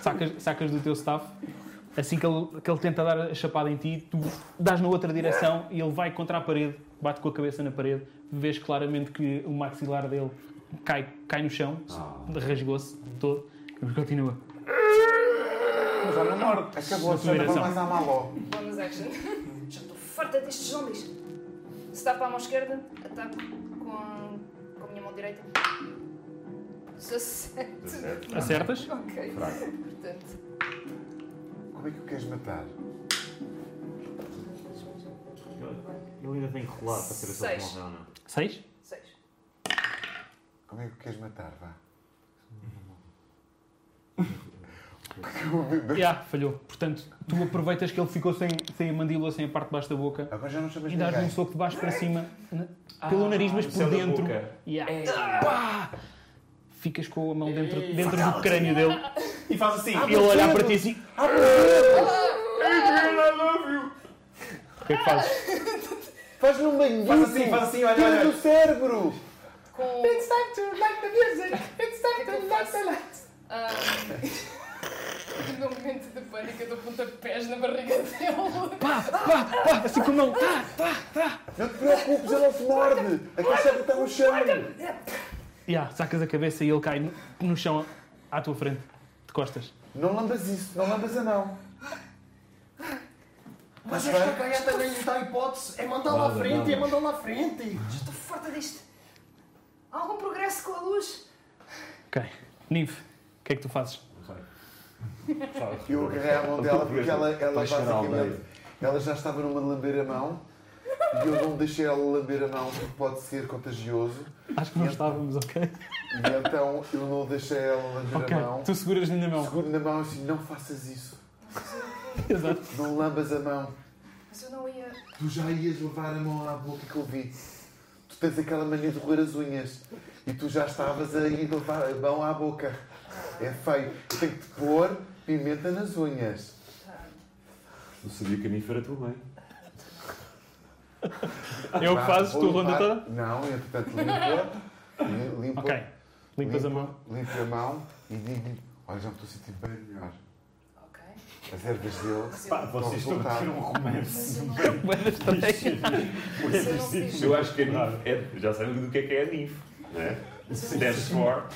Speaker 1: Sacas, sacas do teu staff Assim que ele, que ele tenta dar a chapada em ti, tu dás na outra direção e ele vai contra a parede, bate com a cabeça na parede, vês claramente que o maxilar dele cai, cai no chão,
Speaker 3: Ah.
Speaker 1: rasgou-se todo, mas continua.
Speaker 4: Mas olha, morte. Acabou,
Speaker 1: Na
Speaker 4: já não vou
Speaker 1: direção.
Speaker 4: mais à maló.
Speaker 5: Vamos action. Já estou farta destes zombies. Se está para a mão esquerda, ataco com, com a minha mão direita. 17.
Speaker 3: Certo?
Speaker 1: Acertas?
Speaker 5: Ok.
Speaker 3: Fraco.
Speaker 5: Portanto.
Speaker 4: Como é que o queres matar?
Speaker 7: Ele ainda tem que rolar para saber se ele
Speaker 5: Seis.
Speaker 7: morreu ou não.
Speaker 1: Seis?
Speaker 5: 6.
Speaker 4: Como é que o queres matar, vá? Porque eu ouvi-
Speaker 7: Uhum.
Speaker 1: Já, falhou. Portanto, tu aproveitas que ele ficou sem, sem a mandíbula, sem a parte de baixo da boca,
Speaker 4: Agora já não chamas
Speaker 1: e dás-lhe um
Speaker 4: ninguém.
Speaker 1: soco de baixo para cima, na- pelo nariz, mas por
Speaker 3: é
Speaker 7: céu Ah, é da
Speaker 1: dentro.
Speaker 7: boca.
Speaker 1: Yeah.
Speaker 4: É.
Speaker 1: Pá! Ficas com a mão dentro, dentro do crânio dele
Speaker 2: E faz assim.
Speaker 1: e ele olhar para ti assim. O que é que fazes?
Speaker 4: Faz num banho.
Speaker 2: Faz assim, faz assim, olha,
Speaker 4: Tira
Speaker 2: olha.
Speaker 4: do cérebro.
Speaker 5: Com. é
Speaker 4: time to like the music. It's time
Speaker 5: to light the ah, no momento de pânico, eu dou pontapés na barriga dele.
Speaker 1: Pá, pá, pá, assim com a mão. Tá, tá, tá.
Speaker 4: Não te preocupes, ele não te morde. Aquele sabe está tá no chão.
Speaker 1: Yeah, sacas a cabeça e ele cai no, no chão à tua frente, de costas.
Speaker 4: Não lambas isso, não lambas a não. Tá
Speaker 2: Mas esta caiata nem lhe dá hipótese. É mandá-la à frente, é mandá-la à frente.
Speaker 5: Estou farta disto. Há algum progresso com a luz?
Speaker 1: Ok. Nive, o que é que tu fazes?
Speaker 4: Eu agarrei a mão dela porque ela, ela
Speaker 3: Vai chegar à
Speaker 4: basicamente
Speaker 3: aldeia.
Speaker 4: ela já estava numa lamber a mão e eu não deixei ela lamber a mão porque pode ser contagioso.
Speaker 1: Acho que não estávamos, ok?
Speaker 4: E então eu não deixei ela lamber
Speaker 1: Ok, Então,
Speaker 4: a mão.
Speaker 1: tu seguras-lhe na mão.
Speaker 4: Seguro na mão assim, não faças isso.
Speaker 1: Exato.
Speaker 4: Não lambas a mão.
Speaker 5: Mas eu não ia.
Speaker 4: Tu já ias levar a mão à boca que eu vi. Tu tens aquela mania de roer as unhas e tu já estavas a ir levar a mão à boca. É feio. Eu tenho que te pôr pimenta nas unhas.
Speaker 5: ah,
Speaker 3: Não sabia que a Nif era tua mãe.
Speaker 1: É o que
Speaker 4: Vá,
Speaker 1: fazes,
Speaker 4: vou
Speaker 1: tu ronda
Speaker 4: limpar-
Speaker 1: toda?
Speaker 4: Não, entretanto limpo. Limpo.
Speaker 1: Ok. Limpas a
Speaker 4: limpo-
Speaker 1: mão.
Speaker 4: Limpo a mão e digo-lhe: Olha, já me estou a sentir bem melhor.
Speaker 5: Ok.
Speaker 4: As ervas dele.
Speaker 5: Mas eu,
Speaker 4: Vocês estão a ter um
Speaker 5: mas eu não ia.
Speaker 1: Mas também.
Speaker 5: Mas eu não fiz.
Speaker 3: Eu acho que a Nif é. Já sabem do que é que é a Nif. Não é? Stands for.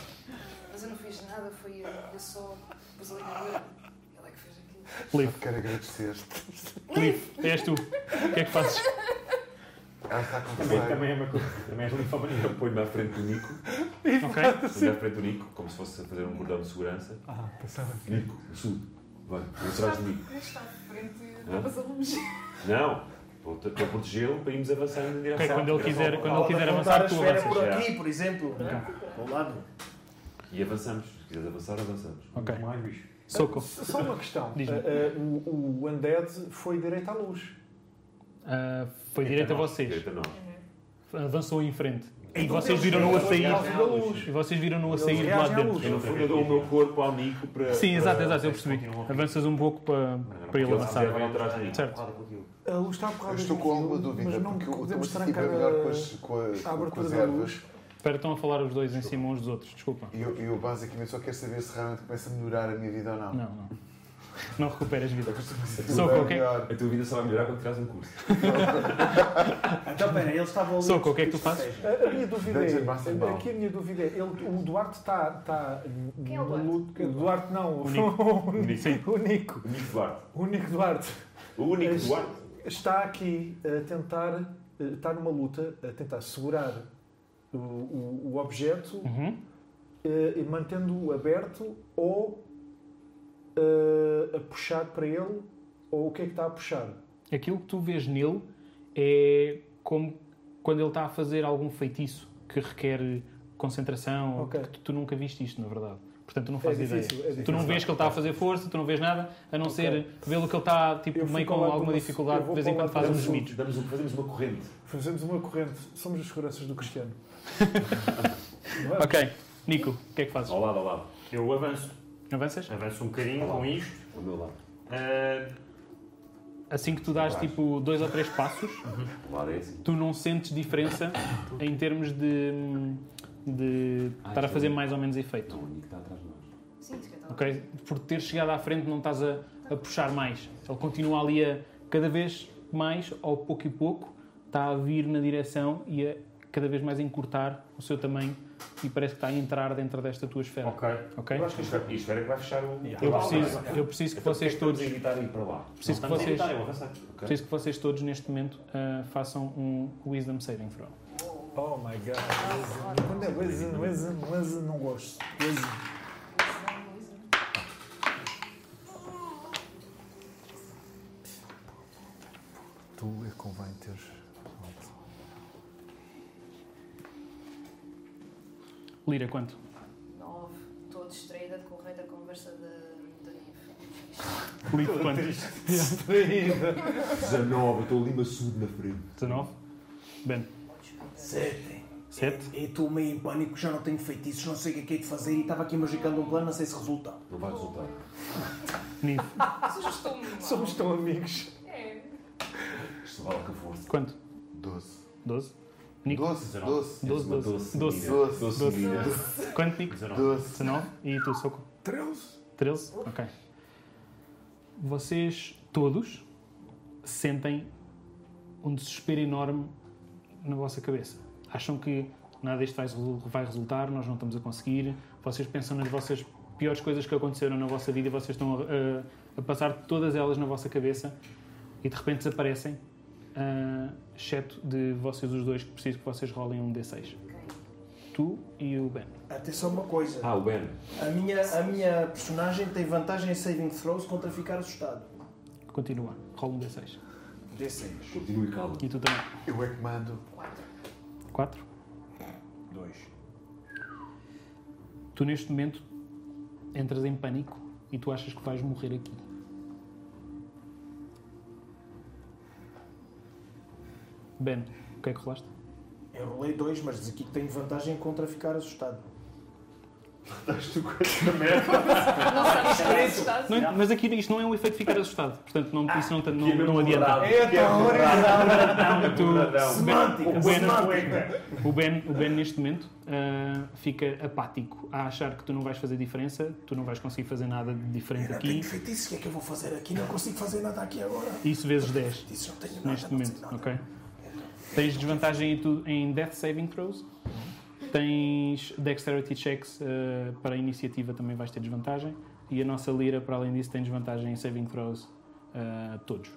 Speaker 5: Mas eu não fiz nada, foi eu, eu só pus ali na hora. Ele é que fez aquilo.
Speaker 1: Liv,
Speaker 4: Quero agradecer-te.
Speaker 1: Liv, és tu. O que é que fazes?
Speaker 4: Ela está com
Speaker 7: Também,
Speaker 4: receio.
Speaker 7: também é uma coisa. Também é linfomania.
Speaker 3: Eu ponho-me à frente do Nico.
Speaker 1: Ok?
Speaker 3: Ponho-me à frente do Nico, como se fosse a fazer um cordão de segurança.
Speaker 6: Ah,
Speaker 1: tá
Speaker 6: pensava que.
Speaker 3: Nico, sube. Vai, vem atrás de mim.
Speaker 5: Mas está de frente, estavas a longe.
Speaker 3: Não! Vou te- Vou protegê-lo para irmos avançando em direção.
Speaker 1: Ok, quando ele quiser, quando ele
Speaker 2: Pode
Speaker 1: quiser
Speaker 2: apontar
Speaker 1: avançar,
Speaker 2: a
Speaker 1: tu
Speaker 2: esfera
Speaker 1: avanças.
Speaker 2: por
Speaker 3: avanças.
Speaker 2: aqui, por exemplo. Ao lado.
Speaker 3: E avançamos. Se quiseres avançar, avançamos.
Speaker 1: Ok.
Speaker 7: Mais bicho.
Speaker 1: Soco.
Speaker 6: Só uma questão.
Speaker 1: Diz-me.
Speaker 6: Ah, ah, o, o Undead foi direito à luz.
Speaker 1: Ah, foi direito a vocês.
Speaker 3: Direita não.
Speaker 1: Avançou em frente. E vocês viram-no a sair. E vocês viram-no a sair do lado
Speaker 6: reagem à
Speaker 1: dentro.
Speaker 6: luz.
Speaker 3: Eu, no fundo, eu dou o meu corpo ao Nico para.
Speaker 1: Sim,
Speaker 3: para-
Speaker 1: exato, exato, eu percebi. Avanças um pouco para, para ele
Speaker 3: Porque se quiser, vai
Speaker 1: avançar.
Speaker 3: atrás de mim.
Speaker 1: Certo.
Speaker 6: A luz está a bocado
Speaker 4: Eu estou com alguma
Speaker 6: daquilo,
Speaker 4: dúvida
Speaker 6: mas não
Speaker 4: porque eu estou a
Speaker 6: podemos
Speaker 4: sentir bem
Speaker 6: trancar
Speaker 4: melhor com
Speaker 6: a,
Speaker 4: as, com a-
Speaker 6: a
Speaker 4: com
Speaker 6: abertura
Speaker 4: as
Speaker 6: da
Speaker 4: ervas.
Speaker 6: luz.
Speaker 1: Espera, estão a falar os dois em cima uns dos outros, desculpa.
Speaker 4: E eu, eu basicamente só quero saber se realmente começa a melhorar a minha vida ou não.
Speaker 1: Não, não. Não recuperas vida.
Speaker 4: Tudo
Speaker 1: Soco,
Speaker 4: bem
Speaker 1: ok?
Speaker 4: é melhor.
Speaker 3: A tua vida só vai melhorar quando tirares um curso.
Speaker 2: Então, pera, eles estavam ali.
Speaker 1: Soco, o que é que tu fazes?
Speaker 6: A, a minha dúvida
Speaker 4: Dungeon Master
Speaker 6: é.
Speaker 4: Ball.
Speaker 6: Aqui a minha dúvida é. Ele, o Duarte está. Tá,
Speaker 5: Quem é o Duarte?
Speaker 6: O Duarte não.
Speaker 1: O Nico.
Speaker 6: O Nico.
Speaker 1: Sim.
Speaker 6: O Nico.
Speaker 3: O Nico Duarte.
Speaker 6: O Nico Duarte
Speaker 3: O único
Speaker 6: Este-
Speaker 3: Duarte.
Speaker 6: está aqui a tentar. eh, Está numa luta a tentar segurar o, o, o objeto
Speaker 1: Uhum.
Speaker 6: eh, e mantendo-o aberto ou eh, a puxar para ele ou o que é que está a puxar?
Speaker 1: Aquilo que tu vês nele é como quando ele está a fazer algum feitiço que requer concentração.
Speaker 6: Ok.
Speaker 1: que tu, tu nunca viste isto, na verdade. Portanto, tu não
Speaker 6: É
Speaker 1: fazes
Speaker 6: difícil, é
Speaker 1: ideia. tu
Speaker 6: difícil.
Speaker 1: não vês que ele está a fazer força, tu não vês nada, a não
Speaker 6: Ok.
Speaker 1: ser vê-lo que ele está tipo,
Speaker 6: Eu
Speaker 1: meio
Speaker 6: fico
Speaker 1: com
Speaker 6: ao lado
Speaker 1: alguma
Speaker 6: do-
Speaker 1: dificuldade,
Speaker 6: eu
Speaker 1: de
Speaker 6: vou
Speaker 1: vez em
Speaker 6: para o
Speaker 1: quando faz
Speaker 6: lado
Speaker 1: uns
Speaker 6: do-
Speaker 1: mitos.
Speaker 3: Damos um- fazemos uma corrente.
Speaker 6: Fazemos uma corrente, somos as seguranças do Cristiano.
Speaker 1: Ok, Nico, o que é que fazes?
Speaker 3: Ao lado, ao lado.
Speaker 7: Eu avanço.
Speaker 1: Avanças?
Speaker 7: Avanço um bocadinho com isto.
Speaker 3: Ao meu lado.
Speaker 7: Ah,
Speaker 1: Assim que tu dás tipo dois ou três passos,
Speaker 3: O lado é assim.
Speaker 1: tu não sentes diferença em termos de, de estar a fazer mais ou menos efeito.
Speaker 3: Não, o Nico está atrás de nós.
Speaker 5: Sim, se calhar estava.
Speaker 1: Ok? Por ter chegado à frente, não estás a, a puxar mais. Ele continua ali a cada vez mais, ao pouco e pouco, está a vir na direção e a cada vez mais encurtar o seu tamanho e parece que está a entrar dentro desta tua esfera.
Speaker 3: Ok.
Speaker 1: Ok?
Speaker 3: Eu acho que espero, e espero que vai fechar o.
Speaker 1: Eu preciso, eu preciso que é
Speaker 3: Então,
Speaker 1: vocês
Speaker 3: porque é
Speaker 1: todos,
Speaker 3: que estamos a evitar ir para lá.
Speaker 1: preciso que
Speaker 3: Não estamos a
Speaker 1: vocês,
Speaker 3: evitar, eu vou avançar. Ok.
Speaker 1: preciso que vocês todos neste momento ah, façam um Wisdom Saving Throw.
Speaker 6: Oh my god. Wisdom. Quando é wisdom, wisdom, wisdom, não gosto. Wisdom. Tu é que convém ter.
Speaker 1: Lira, quanto?
Speaker 5: 9. Estou distraída com o rei da conversa de, de Nive.
Speaker 1: Lira,
Speaker 7: um
Speaker 1: quanto?
Speaker 3: 19, eu estou ali maçudo na frente.
Speaker 1: 19? Ben,
Speaker 2: Sete.
Speaker 1: 7?
Speaker 2: E estou meio em pânico, já não tenho feitiços, não sei o que é que é de fazer e estava aqui magicando um plano, não sei se resulta.
Speaker 3: Não vai resultar.
Speaker 1: Nive,
Speaker 5: Sugestou-me mal.
Speaker 6: Somos tão amigos.
Speaker 5: É.
Speaker 3: Isto vale que a força.
Speaker 1: quanto?
Speaker 4: 12.
Speaker 1: 12? Nico?
Speaker 4: 12, 12.
Speaker 1: Doze,
Speaker 3: Uma
Speaker 1: doze.
Speaker 3: doce
Speaker 1: Doce.
Speaker 3: vida.
Speaker 4: Doce.
Speaker 3: Doce
Speaker 1: Doce.
Speaker 3: vida.
Speaker 1: Quanto, Nico?
Speaker 3: 19.
Speaker 4: 12.
Speaker 1: 19 e tu, Soco? 13. 13? Ok. Vocês todos sentem um desespero enorme na vossa cabeça. Acham que nada disto vai, resul- vai resultar, nós não estamos a conseguir. Vocês pensam nas vossas piores coisas que aconteceram na vossa vida e vocês estão a, a- a passar todas elas na vossa cabeça e de repente desaparecem, ah, exceto de vocês os dois, que preciso que vocês rolem um D6. Tu e o Ben.
Speaker 2: Até só uma coisa.
Speaker 3: Ah, o Ben.
Speaker 2: A minha, a minha personagem tem vantagem em saving throws contra ficar assustado.
Speaker 1: Continua. Rola um D6.
Speaker 2: D6.
Speaker 3: Continue calmo.
Speaker 1: E tu também.
Speaker 4: Eu é que mando.
Speaker 1: 4.
Speaker 2: 2.
Speaker 1: Tu neste momento entras em pânico e tu achas que vais morrer aqui. Ben, o que é que rolaste?
Speaker 2: Eu rolei 2, mas diz aqui que tenho vantagem contra ficar assustado.
Speaker 3: Estás tu com esta merda.
Speaker 5: Não sabes que é assustado.
Speaker 1: Não, mas aqui isto não é um efeito de ficar assustado. Portanto, não, isso não,
Speaker 2: é
Speaker 1: não, não,
Speaker 2: um
Speaker 1: adianta. Tu-
Speaker 7: Um
Speaker 2: Semântica!
Speaker 1: o Ben-
Speaker 2: Semântica!
Speaker 1: O ben, o ben, neste momento, ah, fica apático a achar que tu não vais fazer diferença, tu não vais conseguir fazer nada de diferente
Speaker 2: Eu tenho
Speaker 1: aqui.
Speaker 2: feitiços, o que é que eu vou fazer aqui? Não consigo fazer nada aqui agora.
Speaker 1: Isso vezes 10
Speaker 2: Feitiços, não tenho nada.
Speaker 1: neste
Speaker 2: não sei
Speaker 1: momento,
Speaker 2: nada.
Speaker 1: ok? Tens desvantagem em, tu, em Death Saving Throws. Tens Dexterity Checks eh, para a iniciativa também vais ter desvantagem. E a nossa Lira, para além disso, tem desvantagem em Saving Throws eh, todos.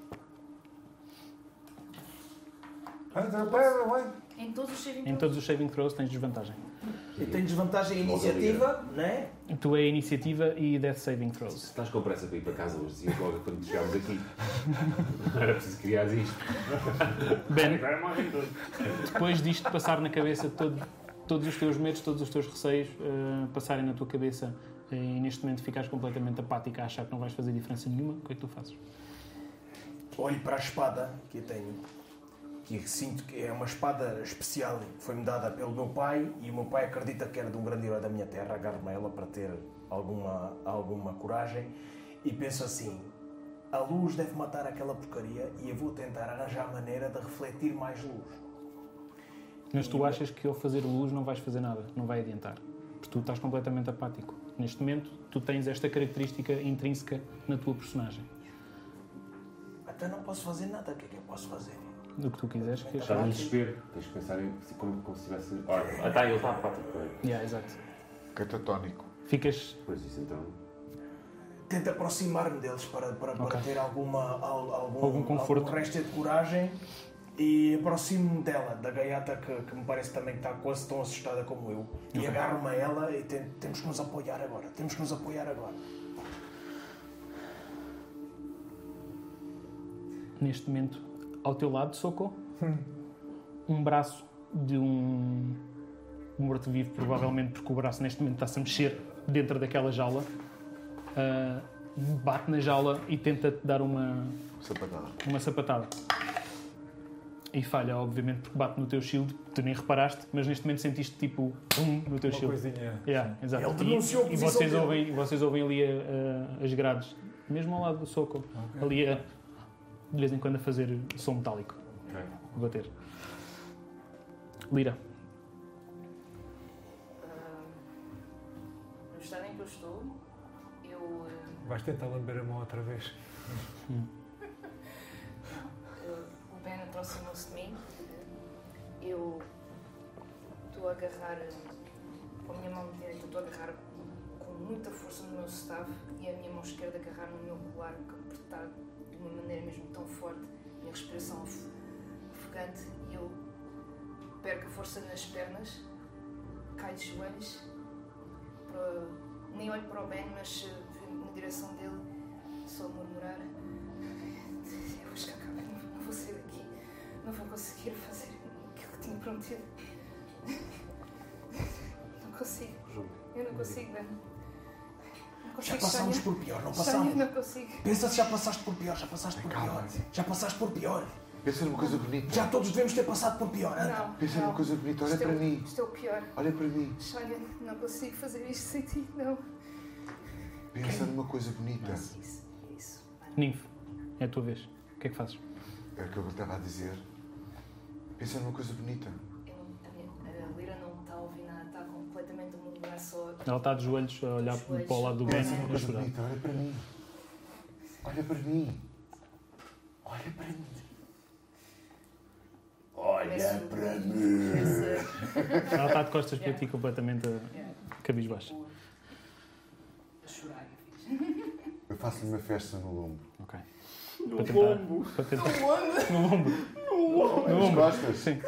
Speaker 5: Em todos os um
Speaker 1: Em todos os Saving Throws tens desvantagem.
Speaker 2: E tenho desvantagem em iniciativa, né?
Speaker 1: Tu é iniciativa e Death Saving Throws.
Speaker 3: Estás com pressa para ir para casa hoje, dizias logo quando chegámos aqui. Não era preciso criar isto.
Speaker 1: Ben,
Speaker 7: Agora morrem todos.
Speaker 1: depois disto passar na cabeça todo- todos os teus medos, todos os teus receios eh, passarem na tua cabeça eh, e neste momento ficares completamente apática a achar que não vais fazer diferença nenhuma, o que é que tu fazes?
Speaker 2: Olho para a espada que eu tenho. Que sinto que é uma espada especial que foi-me dada pelo meu pai e o meu pai acredita que era de um grande herói da minha terra. Agarro-me a ela para ter alguma, alguma coragem e penso assim: a luz deve matar aquela porcaria e eu vou tentar arranjar maneira de refletir mais luz.
Speaker 1: Mas tu achas que ao fazer luz não vais fazer nada, não vai adiantar. Porque tu estás completamente apático. Neste momento, tu tens esta característica intrínseca na tua personagem.
Speaker 2: Até não posso fazer nada, o que é que eu posso fazer?
Speaker 1: Do que tu quiseres que
Speaker 3: Estás em Tá desespero. Tens que pensar em se- como, como se tivesse. Ora, ah, tá, ele está apático. bem.
Speaker 1: Yeah, exato.
Speaker 4: Catatónico.
Speaker 1: Ficas.
Speaker 3: Pois isso então.
Speaker 2: Tento aproximar-me deles para, para, para
Speaker 1: Ok.
Speaker 2: ter alguma, al- algum,
Speaker 1: Algum conforto.
Speaker 2: algum resto de coragem e aproximo-me dela, da gaiata que, que me parece também que está quase tão assustada como eu. E agarro-me a ela e ten- temos que nos apoiar agora, temos que nos apoiar agora.
Speaker 1: neste momento ao teu lado, Soco, um braço de um morto-vivo, provavelmente porque o braço neste momento está-se a mexer dentro daquela jaula, ah, bate na jaula e tenta-te dar uma,
Speaker 4: Sapatada.
Speaker 1: uma sapatada. E falha, obviamente, porque bate no teu shield, tu nem reparaste, mas neste momento sentiste tipo um no teu
Speaker 6: Uma
Speaker 1: shield.
Speaker 6: coisinha.
Speaker 1: Yeah, exato.
Speaker 2: Ele
Speaker 1: E-
Speaker 2: denunciou a
Speaker 1: e,
Speaker 2: posição
Speaker 1: vocês
Speaker 2: dele.
Speaker 1: ouvem, vocês ouvem ali eh, as grades, mesmo ao lado do soco, ali a, de vez em quando a fazer som metálico,
Speaker 3: Ok.
Speaker 1: a bater. Lira,
Speaker 5: no estado em que eu estou, eu eh,
Speaker 8: Vais tentar lamber a mão outra vez.
Speaker 5: O Ben aproximou-se de mim. Eu estou a agarrar com a minha mão direita, estou a agarrar com muita força no meu staff e a minha mão esquerda agarrar no meu colar, que apertado de uma maneira mesmo tão forte, minha respiração af- ofegante e eu perco a força nas pernas, caio de joelhos, para- nem olho para o Ben, mas eh, viro na direção dele, só a murmurar. Eu acho que acabei, não, não vou sair daqui. Não vou conseguir fazer aquilo que tinha prometido. Não consigo. Eu não consigo, Ben. Não
Speaker 2: Já
Speaker 5: consigo,
Speaker 2: passámos
Speaker 5: Sonia.
Speaker 2: por pior, não
Speaker 5: Sonia,
Speaker 2: passámos?
Speaker 5: não consigo.
Speaker 2: Pensa se já passaste por pior, já passaste por pior. Já passaste por pior.
Speaker 4: Pensa numa coisa bonita.
Speaker 2: Já todos devemos ter passado por pior. anda.
Speaker 5: Não.
Speaker 4: Pensa numa
Speaker 5: não.
Speaker 4: coisa bonita. Então Olha
Speaker 5: Isto é
Speaker 4: para
Speaker 5: o-
Speaker 4: mim.
Speaker 5: Isto é o pior.
Speaker 4: Olha para mim.
Speaker 5: Sonia, não consigo fazer isto sem ti, não.
Speaker 4: Tá. Pensa numa coisa bonita.
Speaker 5: Isso, isso.
Speaker 1: Ninfo, é a tua vez. O que é que fazes?
Speaker 4: É o que eu estava a dizer. Pensa numa coisa bonita.
Speaker 5: Eu não- a, minha, a Lira não está a ouvir nada, está completamente no lugar é só.
Speaker 1: Ela está de joelhos a olhar
Speaker 5: Joelhos.
Speaker 1: para o lado do Ben
Speaker 4: Pensa numa
Speaker 1: a
Speaker 4: coisa
Speaker 1: chorar.
Speaker 4: bonita. Olha para mim. Olha para mim. Olha para mim.
Speaker 5: Olha para mim!
Speaker 1: um Ela está de costas para ti completamente eh, a... cabisbaixo.
Speaker 5: A chorar. eu fiz.
Speaker 4: Eu faço-lhe uma festa no lombo.
Speaker 1: Ok. Para tentar, para tentar- No ombro. No
Speaker 4: As
Speaker 1: ombro.
Speaker 4: costas?
Speaker 1: Sim.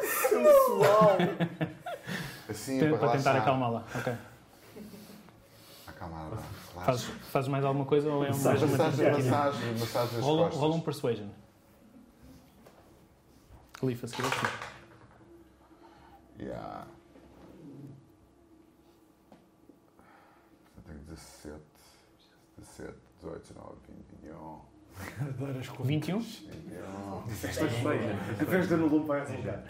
Speaker 4: Assim,
Speaker 1: Tenta- Para tentar
Speaker 4: relaxar.
Speaker 1: acalmá-la. Ok.
Speaker 4: Acalmar, vá.
Speaker 1: Fazes,
Speaker 4: Relaxa.
Speaker 1: fazes mais alguma coisa ou é um mais
Speaker 4: Massagem,
Speaker 1: uma tentativa?
Speaker 4: massagem, massagem nas
Speaker 1: Rola,
Speaker 4: costas.
Speaker 1: rola um persuasion. Califa, se quiser.
Speaker 4: Yeah. Eu tenho 17, 17, 18, 19, 20, 21.
Speaker 8: Dar as contas.
Speaker 1: 21?
Speaker 4: 21.
Speaker 7: Bem,
Speaker 6: A festa no lume vai arrancar.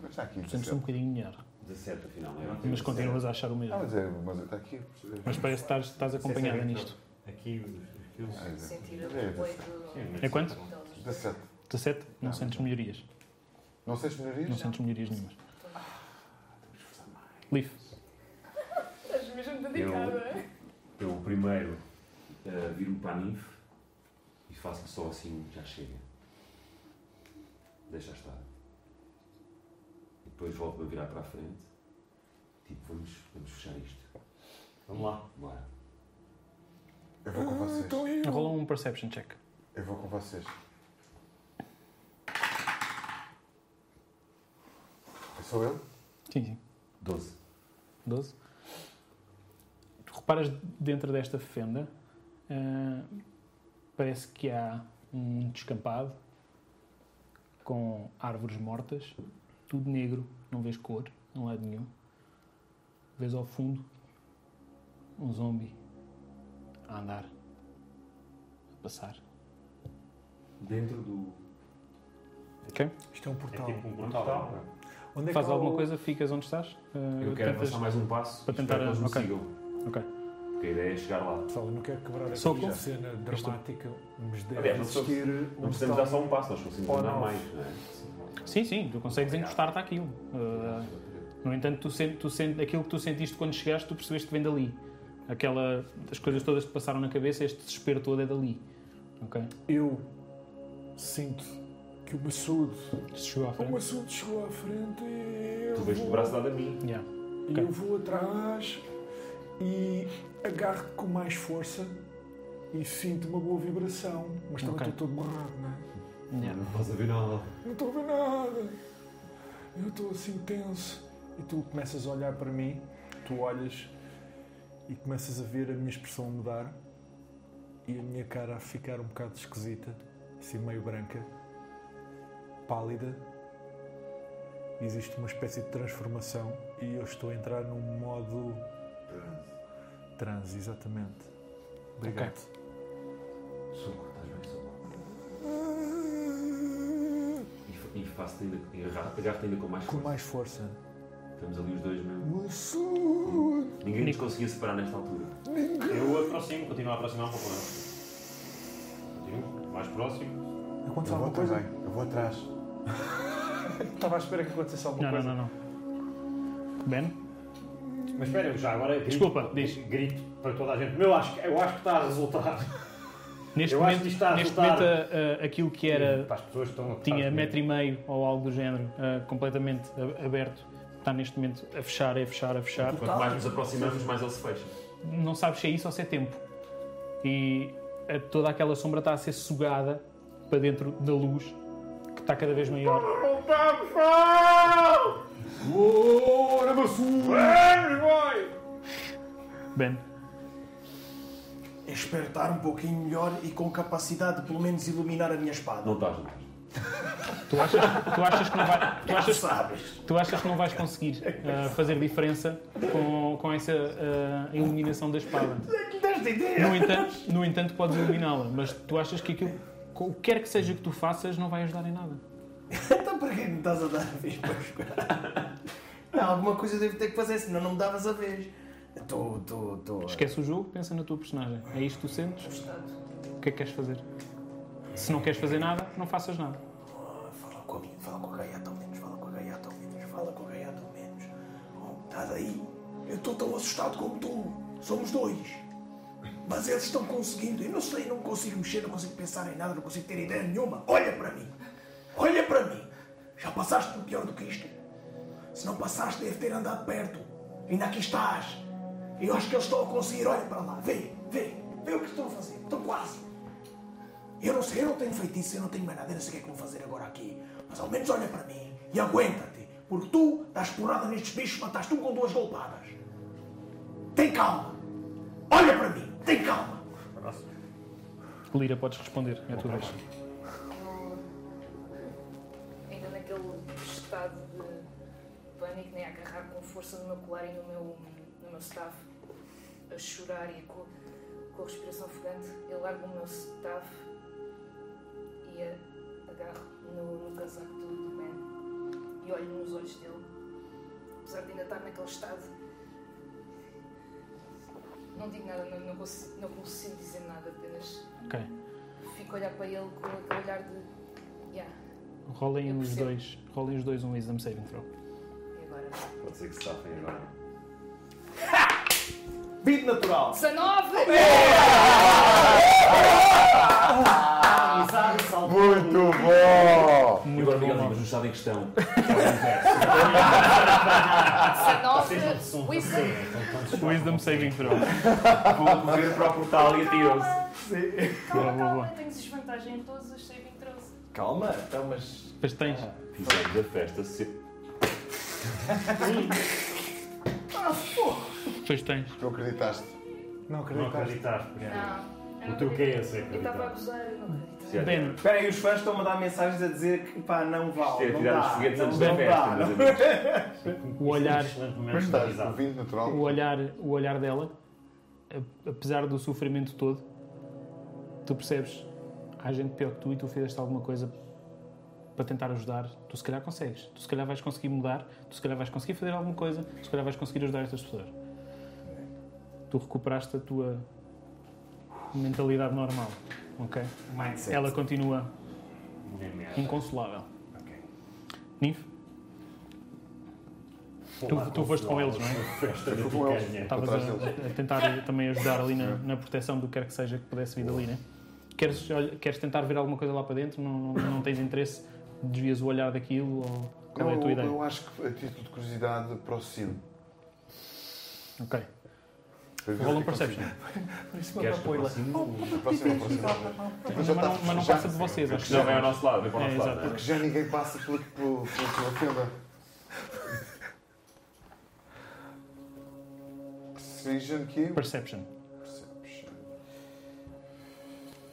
Speaker 4: Mas está aqui,
Speaker 1: Sentes um
Speaker 4: 17.
Speaker 1: bocadinho melhor.
Speaker 3: 17, afinal. não é?
Speaker 1: Mas continuas a achar o
Speaker 4: Ah, é
Speaker 1: mesmo.
Speaker 4: mas, é, mas está aqui. percebes?
Speaker 1: Mas parece que estás, estás acompanhada nisto.
Speaker 7: Aqui, aqui os.
Speaker 4: Ah, é.
Speaker 5: Sentir
Speaker 4: É,
Speaker 5: o apoio
Speaker 4: 17.
Speaker 5: do.
Speaker 1: É quanto?
Speaker 5: deles.
Speaker 4: 17.
Speaker 1: 17? Não sentes melhorias.
Speaker 4: Não sei se melhorias?
Speaker 1: Não sentes melhorias nenhumas. Leaf,
Speaker 5: Estás mesmo dedicada.
Speaker 3: Então, o primeiro, uh, viro-me para a NIF e faço só assim, já chega. Deixa estar. E depois volto a virar para a frente. Tipo, vamos, vamos fechar isto.
Speaker 7: Vamos lá.
Speaker 3: Bora.
Speaker 4: Eu vou com vocês.
Speaker 1: rola um perception check.
Speaker 4: Eu vou com vocês. Eu sou eu?
Speaker 1: Sim, sim.
Speaker 3: 12.
Speaker 1: 12. Tu reparas dentro desta fenda, ah, parece que há um descampado com árvores mortas, tudo negro, não vês cor, não lado nenhum. Vês ao fundo um zombi a andar, a passar.
Speaker 3: Dentro do.
Speaker 1: Ok?
Speaker 8: Isto é um
Speaker 7: É
Speaker 8: portal.
Speaker 7: tipo um portal.
Speaker 8: Onde é
Speaker 1: Faz
Speaker 8: que há
Speaker 1: alguma
Speaker 8: o-
Speaker 1: coisa, ficas onde estás? Ah,
Speaker 3: Eu quero
Speaker 1: tentas-
Speaker 3: avançar mais um passo
Speaker 1: para
Speaker 3: e espero
Speaker 1: tentar-
Speaker 3: que eles me
Speaker 1: ok.
Speaker 3: sigam.
Speaker 1: Ok.
Speaker 3: Porque a ideia é chegar lá.
Speaker 8: Pessoal, eu não quero quebrar
Speaker 1: Só
Speaker 8: aqui
Speaker 1: com-
Speaker 8: a cena dramática, mas deve
Speaker 3: Aliás, não
Speaker 8: existir um
Speaker 3: Não precisamos
Speaker 8: tal-
Speaker 3: dar só um passo, nós conseguimos
Speaker 8: Ou
Speaker 3: andar
Speaker 8: não.
Speaker 3: mais. Não é?
Speaker 1: Sim, sim, tu consegues
Speaker 3: Obrigado.
Speaker 1: encostar-te àquilo. Ah, No entanto, tu sen- tu sen- aquilo que tu sentiste quando chegaste, tu percebeste que vem dali. Aquela, as coisas todas que passaram na cabeça, este desespero todo é dali. Ok?
Speaker 8: Eu sinto que o Massudo,
Speaker 1: Isto chegou à
Speaker 8: o
Speaker 1: frente.
Speaker 8: Massudo chegou à frente e eu
Speaker 3: Tu vês o
Speaker 8: vou-
Speaker 3: braço dado a mim.
Speaker 1: Yeah.
Speaker 8: e
Speaker 1: Ok.
Speaker 8: eu vou atrás e agarro com mais força e sinto uma boa vibração, mas também
Speaker 1: Ok.
Speaker 8: estou todo borrado, não é?
Speaker 1: Yeah.
Speaker 7: Estás a ver nada.
Speaker 8: Não estou a ver nada, eu estou assim tenso. E tu começas a olhar para mim, tu olhas e começas a ver a minha expressão a mudar e a minha cara a ficar um bocado esquisita, assim meio branca, pálida. Existe uma espécie de transformação e eu estou a entrar num modo transe, exatamente. Obrigado.
Speaker 3: Socorro, estás bem, socorro. E fa- E faço-te ainda, e agarro- agarro-te ainda com mais
Speaker 8: Com
Speaker 3: força.
Speaker 8: mais força.
Speaker 3: Estamos ali os dois mesmo.
Speaker 8: Massoud!
Speaker 3: Ninguém nos conseguia separar nesta altura.
Speaker 7: Eu aproximo, continuo a aproximar um pouco mais. Continuo, mais próximo.
Speaker 8: Aconteceu
Speaker 4: Eu vou
Speaker 8: alguma coisa?
Speaker 4: também. Eu vou atrás.
Speaker 8: Estava à espera que acontecesse alguma
Speaker 1: Não, não,
Speaker 8: coisa.
Speaker 1: não, não. Ben?
Speaker 7: Mas esperem, já agora. grito-
Speaker 1: Desculpa, diz.
Speaker 7: Grito para toda a gente. Meu, acho, eu acho que está a resultar.
Speaker 1: Neste
Speaker 7: Eu acho
Speaker 1: momento,
Speaker 7: que está a
Speaker 1: neste
Speaker 7: resultar.
Speaker 1: momento a- a- aquilo que era
Speaker 7: Para as pessoas que estão a votar
Speaker 1: tinha
Speaker 7: comigo.
Speaker 1: metro e meio ou algo do género ah, completamente a- aberto está neste momento a fechar a fechar a fechar
Speaker 3: Quanto mais nos aproximamos, mais ele se fecha.
Speaker 1: não sabes se é isso ou se é tempo e a- toda aquela sombra está a ser sugada para dentro da luz que está cada vez maior Ben
Speaker 2: É Espertar um pouquinho melhor e com capacidade de pelo menos iluminar a minha espada.
Speaker 3: Não estás, não estás.
Speaker 1: tu achas, tu achas que não vai tu
Speaker 2: Tu
Speaker 1: achas,
Speaker 2: sabes.
Speaker 1: tu achas que não vais conseguir ah, fazer diferença com, com essa ah, iluminação da espada
Speaker 2: Deste ideia.
Speaker 1: No entanto, no entanto podes eliminá-la, mas tu achas que aquilo, o que quer que seja que tu faças, não vai ajudar em nada.
Speaker 2: Então para que me estás a dar a vez para jogar? Não, alguma coisa eu devo ter que fazer, senão não me davas a vez. Estou, estou, estou.
Speaker 1: Esquece o jogo, pensa na tua personagem. É isto que tu sentes? O que é que queres fazer? Se não queres fazer nada, não faças nada.
Speaker 2: Fala com a minha, fala com a gaiata ao menos, fala com a gaiata ao menos, fala com a gaiata ao menos. Oh, estás aí? Eu estou tão assustado como tu. Somos dois. Mas eles estão conseguindo. Eu não sei, não consigo mexer, não consigo pensar em nada, não consigo ter ideia nenhuma. Olha para mim. Olha para mim. Já passaste por pior do que isto. Se não passaste, deve ter andado perto. Ainda aqui estás. Eu acho que eles estão a conseguir. Olha para lá. Vê, vê. Vê o que estão a fazer. Estão quase. Eu não sei, eu não tenho feitiço, eu não tenho mais nada, eu não sei o que é que vou fazer agora aqui. Mas ao menos olha para mim e aguenta-te, porque tu estás porrada nestes bichos, mas estás tu com duas golpadas. Tem calma. Olha para mim, tem calma.
Speaker 1: Lira, podes responder. É a tua vez.
Speaker 5: ainda naquele estado de pânico, nem a agarrar com força no meu colar e no meu, no meu staff, a chorar e com, com a respiração ofegante, eu largo o meu staff e a- agarro no, no casaco do, do Ben e olho nos olhos dele, apesar de ainda estar naquele estado. Não digo nada, não, não, consigo, não consigo dizer nada, apenas
Speaker 1: Ok.
Speaker 5: fico a olhar para ele com aquele olhar de. Yeah.
Speaker 1: Rolem
Speaker 5: Eu
Speaker 1: os
Speaker 5: percebo.
Speaker 1: dois. Rolem os dois um exam saving throw.
Speaker 5: E agora?
Speaker 3: Pode ser que se safem agora.
Speaker 5: 19!
Speaker 4: Muito bom!
Speaker 3: E agora, Miguel Lima, não estado em questão.
Speaker 5: 19! Wisdom!
Speaker 1: Wisdom saving throw.
Speaker 3: Vão correr para o portal e atiram-se.
Speaker 1: Boa,
Speaker 5: Calma,
Speaker 1: boa,
Speaker 5: calma,
Speaker 1: boa.
Speaker 5: eu tenho desvantagem em todos os saving throws.
Speaker 2: Calma, então, mas.
Speaker 1: Depois tens.
Speaker 3: Fizemos a festa se...
Speaker 1: Depois tens.
Speaker 4: Tu acreditaste?
Speaker 6: Não
Speaker 7: Não é.
Speaker 6: acreditaste.
Speaker 7: acreditaste, Mariana.
Speaker 5: Não.
Speaker 7: O teu que é esse?
Speaker 5: Eu estava a gozar, eu não acredito.
Speaker 3: se
Speaker 1: Ben,
Speaker 2: Espera aí, os fãs estão-me a dar mensagens a dizer que pá, não
Speaker 3: Isto é
Speaker 2: vale.
Speaker 3: tirar os foguetes antes da
Speaker 2: não
Speaker 3: festa,
Speaker 2: dá,
Speaker 3: meus
Speaker 2: não-
Speaker 3: amigos.
Speaker 1: o
Speaker 7: é
Speaker 1: olhar
Speaker 4: Mas estás com 20 natural?
Speaker 1: o olhar, o olhar dela, a- apesar do sofrimento todo, tu percebes, há gente pior que tu e tu fizeste alguma coisa para tentar ajudar, tu se calhar consegues, tu se calhar vais conseguir mudar, tu se calhar vais conseguir fazer alguma coisa, tu se calhar vais conseguir ajudar estas pessoas. Tu recuperaste a tua mentalidade normal, ok?
Speaker 2: Mindset.
Speaker 1: Ela continua inconsolável. Ninf, tu, tu foste com eles, não é?
Speaker 7: Festa
Speaker 4: Eu fui com eles.
Speaker 3: É
Speaker 7: picanha.
Speaker 1: Estavas
Speaker 4: Atrás
Speaker 1: a, a tentar também ajudar ali na, na proteção do que quer que seja que pudesse vir dali, né? Queres, olha, queres tentar ver alguma coisa lá para dentro? Não, não, não tens interesse? Desvias o olhar daquilo? Ou qual é a
Speaker 4: Eu,
Speaker 1: tua ideia?
Speaker 4: eu acho que a título de curiosidade aproximo.
Speaker 1: Ok.
Speaker 4: Para ver
Speaker 1: Rola
Speaker 4: o
Speaker 1: um
Speaker 4: que é que
Speaker 1: perception.
Speaker 4: é
Speaker 3: Queres que eu aproxime?
Speaker 4: eu consigo. Aproximo, aproximo.
Speaker 1: Tipo, Mas
Speaker 4: já
Speaker 1: não,
Speaker 4: está
Speaker 1: mas não
Speaker 4: fechado.
Speaker 1: passa de vocês, acho que
Speaker 3: Não,
Speaker 1: já.
Speaker 3: vem ao nosso lado, vem para o
Speaker 1: É,
Speaker 3: nosso lado.
Speaker 1: exato.
Speaker 3: não é?
Speaker 4: Porque já ninguém passa pela, pela, pela tenda. Precision que
Speaker 1: Perception.
Speaker 4: Perception.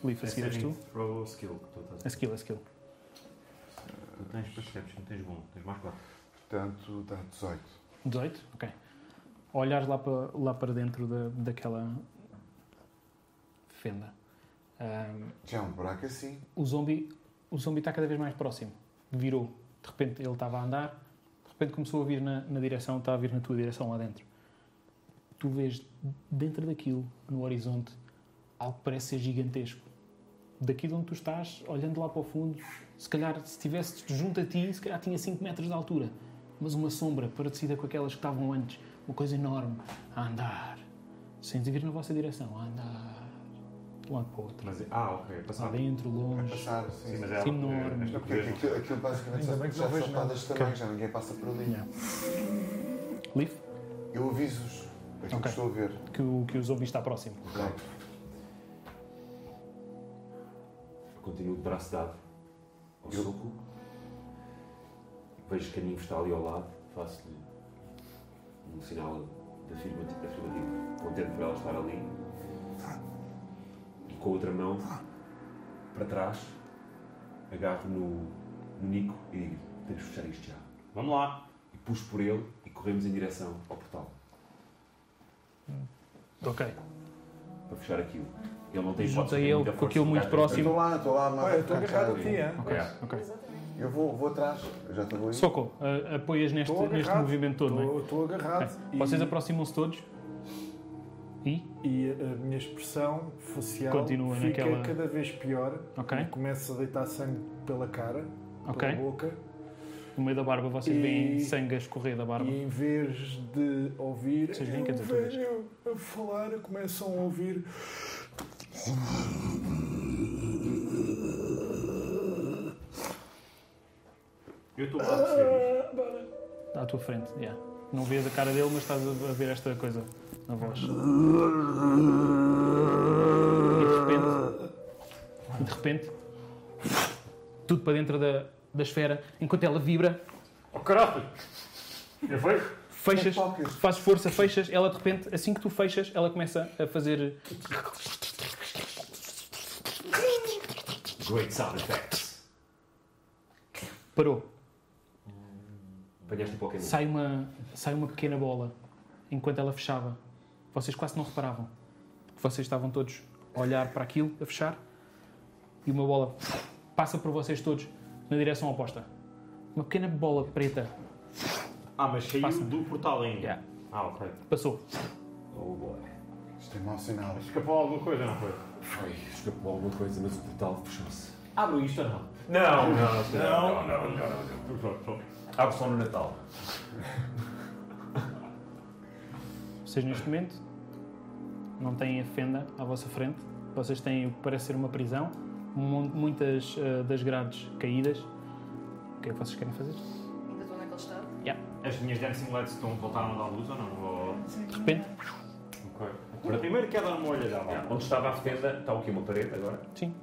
Speaker 1: Leaf, a seguir és tu.
Speaker 7: Throw skill que tu estás
Speaker 1: A skill, a skill.
Speaker 7: Tu tens perception, tens bom, tens mais quatro.
Speaker 4: Portanto, dá 18.
Speaker 1: 18? Ok. Olhares lá para, lá para dentro da, daquela fenda. Ahm,
Speaker 4: Já é um buraco assim.
Speaker 1: o zombi o zombi está cada vez mais próximo virou de repente ele estava a andar de repente começou a vir na, na direção está a vir na tua direção lá dentro tu vês dentro daquilo no horizonte algo que parece ser gigantesco daqui de onde tu estás olhando lá para o fundo se calhar se estivesse junto a ti se calhar tinha 5 metros de altura mas uma sombra parecida com aquelas que estavam antes, uma coisa enorme, a andar, sem vir na vossa direção, a andar, de um lado para o outro.
Speaker 3: Mas, ah, ok,
Speaker 1: Lá
Speaker 3: passado.
Speaker 1: dentro, longe.
Speaker 4: Passar, sim.
Speaker 3: Sim, mas
Speaker 4: Sim,
Speaker 3: é algo-
Speaker 1: Enorme.
Speaker 3: é- é-
Speaker 4: porque aquilo, aquilo basicamente
Speaker 8: Ainda bem
Speaker 4: já,
Speaker 8: que não
Speaker 4: já
Speaker 8: vejo
Speaker 4: são
Speaker 8: nada.
Speaker 4: padas também, já ninguém passa por ali.
Speaker 1: Yeah. Leaf,
Speaker 4: Eu aviso-os, aquilo que
Speaker 1: Ok.
Speaker 4: estou a ver.
Speaker 1: que o, que o zombi está próximo.
Speaker 3: Eu Continuo de braço dado ao soco. Vejo que a Ninho está ali ao lado, faço-lhe um sinal de afirmati- afirmativo, contente por ela estar ali. E com a outra mão, para trás, agarro no, no Nico e digo: temos que fechar isto já.
Speaker 7: Vamos lá.
Speaker 3: E puxo por ele e corremos em direção ao portal,
Speaker 1: Ok.
Speaker 3: para fechar aquilo. Ele não tem
Speaker 1: Junta
Speaker 3: hipótese, tem
Speaker 1: ele
Speaker 3: muita
Speaker 1: com
Speaker 3: força,
Speaker 1: aquilo
Speaker 3: o
Speaker 1: muito
Speaker 3: gajo-
Speaker 4: Eu
Speaker 1: próximo.
Speaker 4: estou lá, estou lá, tá, mas
Speaker 8: Olha, eu estou agarrado a ti,
Speaker 4: eu
Speaker 8: é?
Speaker 1: Ok,
Speaker 3: Yeah.
Speaker 1: ok.
Speaker 5: Exatamente.
Speaker 4: Eu vou, vou atrás, eu já estou aí.
Speaker 1: Soco, ah, apoias neste,
Speaker 8: Estou
Speaker 1: neste
Speaker 8: agarrado.
Speaker 1: movimento todo, não é?
Speaker 8: Estou- Estou agarrado.
Speaker 1: Ok. É. Vocês aproximam-se todos e
Speaker 8: E a, a minha expressão facial
Speaker 1: Continua
Speaker 8: fica
Speaker 1: naquela-
Speaker 8: cada vez pior.
Speaker 1: Ok.
Speaker 8: E Começa a deitar sangue pela cara,
Speaker 1: Ok.
Speaker 8: pela boca.
Speaker 1: no meio da barba vocês
Speaker 8: E-
Speaker 1: veem sangue a escorrer da barba.
Speaker 8: E em vez de ouvir,
Speaker 1: Vocês veem que
Speaker 8: eu
Speaker 1: é torturas.
Speaker 8: venho a falar, começam a ouvir.
Speaker 7: Eu estou a perceber isto.
Speaker 1: à tua frente. yeah. Não vês a cara dele, mas estás a a ver esta coisa na voz. E de repente, e de repente, tudo para dentro da, da esfera, enquanto ela vibra,
Speaker 7: Oh, caralho! Já foi?
Speaker 1: fechas,
Speaker 4: Pickpocket.
Speaker 1: fazes força, fechas, ela de repente, assim que tu fechas, ela começa a fazer
Speaker 3: Great sound effects.
Speaker 1: parou.
Speaker 3: Apanhaste um Pokémon.
Speaker 1: Sai uma, sai uma pequena bola enquanto ela fechava. Vocês quase não reparavam. porque Vocês estavam todos a olhar para aquilo, a fechar, e uma bola passa por vocês todos na direção oposta. Uma pequena bola preta
Speaker 7: Ah, mas saiu
Speaker 1: Passa.
Speaker 7: do portal ainda.
Speaker 1: Yeah.
Speaker 7: Ah, ok.
Speaker 1: passou.
Speaker 3: Oh boy.
Speaker 4: Isto é mau sinal.
Speaker 7: Escapou alguma coisa, não foi?
Speaker 3: Foi, escapou alguma coisa, mas o portal fechou-se.
Speaker 7: Abro isto ou não?
Speaker 3: Não, não, não, não, não, não. Abre só no Natal.
Speaker 1: Vocês neste momento não têm a fenda à vossa frente. Vocês têm o que parece ser uma prisão, mu- muitas ah, das grades caídas. O que é que vocês querem fazer?
Speaker 5: Ainda é estou naquele estado.
Speaker 7: As minhas dancing lights estão voltaram a dar luz ou não? Ou-
Speaker 1: De repente,
Speaker 7: Para primeiro quer dar uma olhada lá.
Speaker 3: Onde estava a fenda, está o quê? Uma parede agora?
Speaker 1: sim,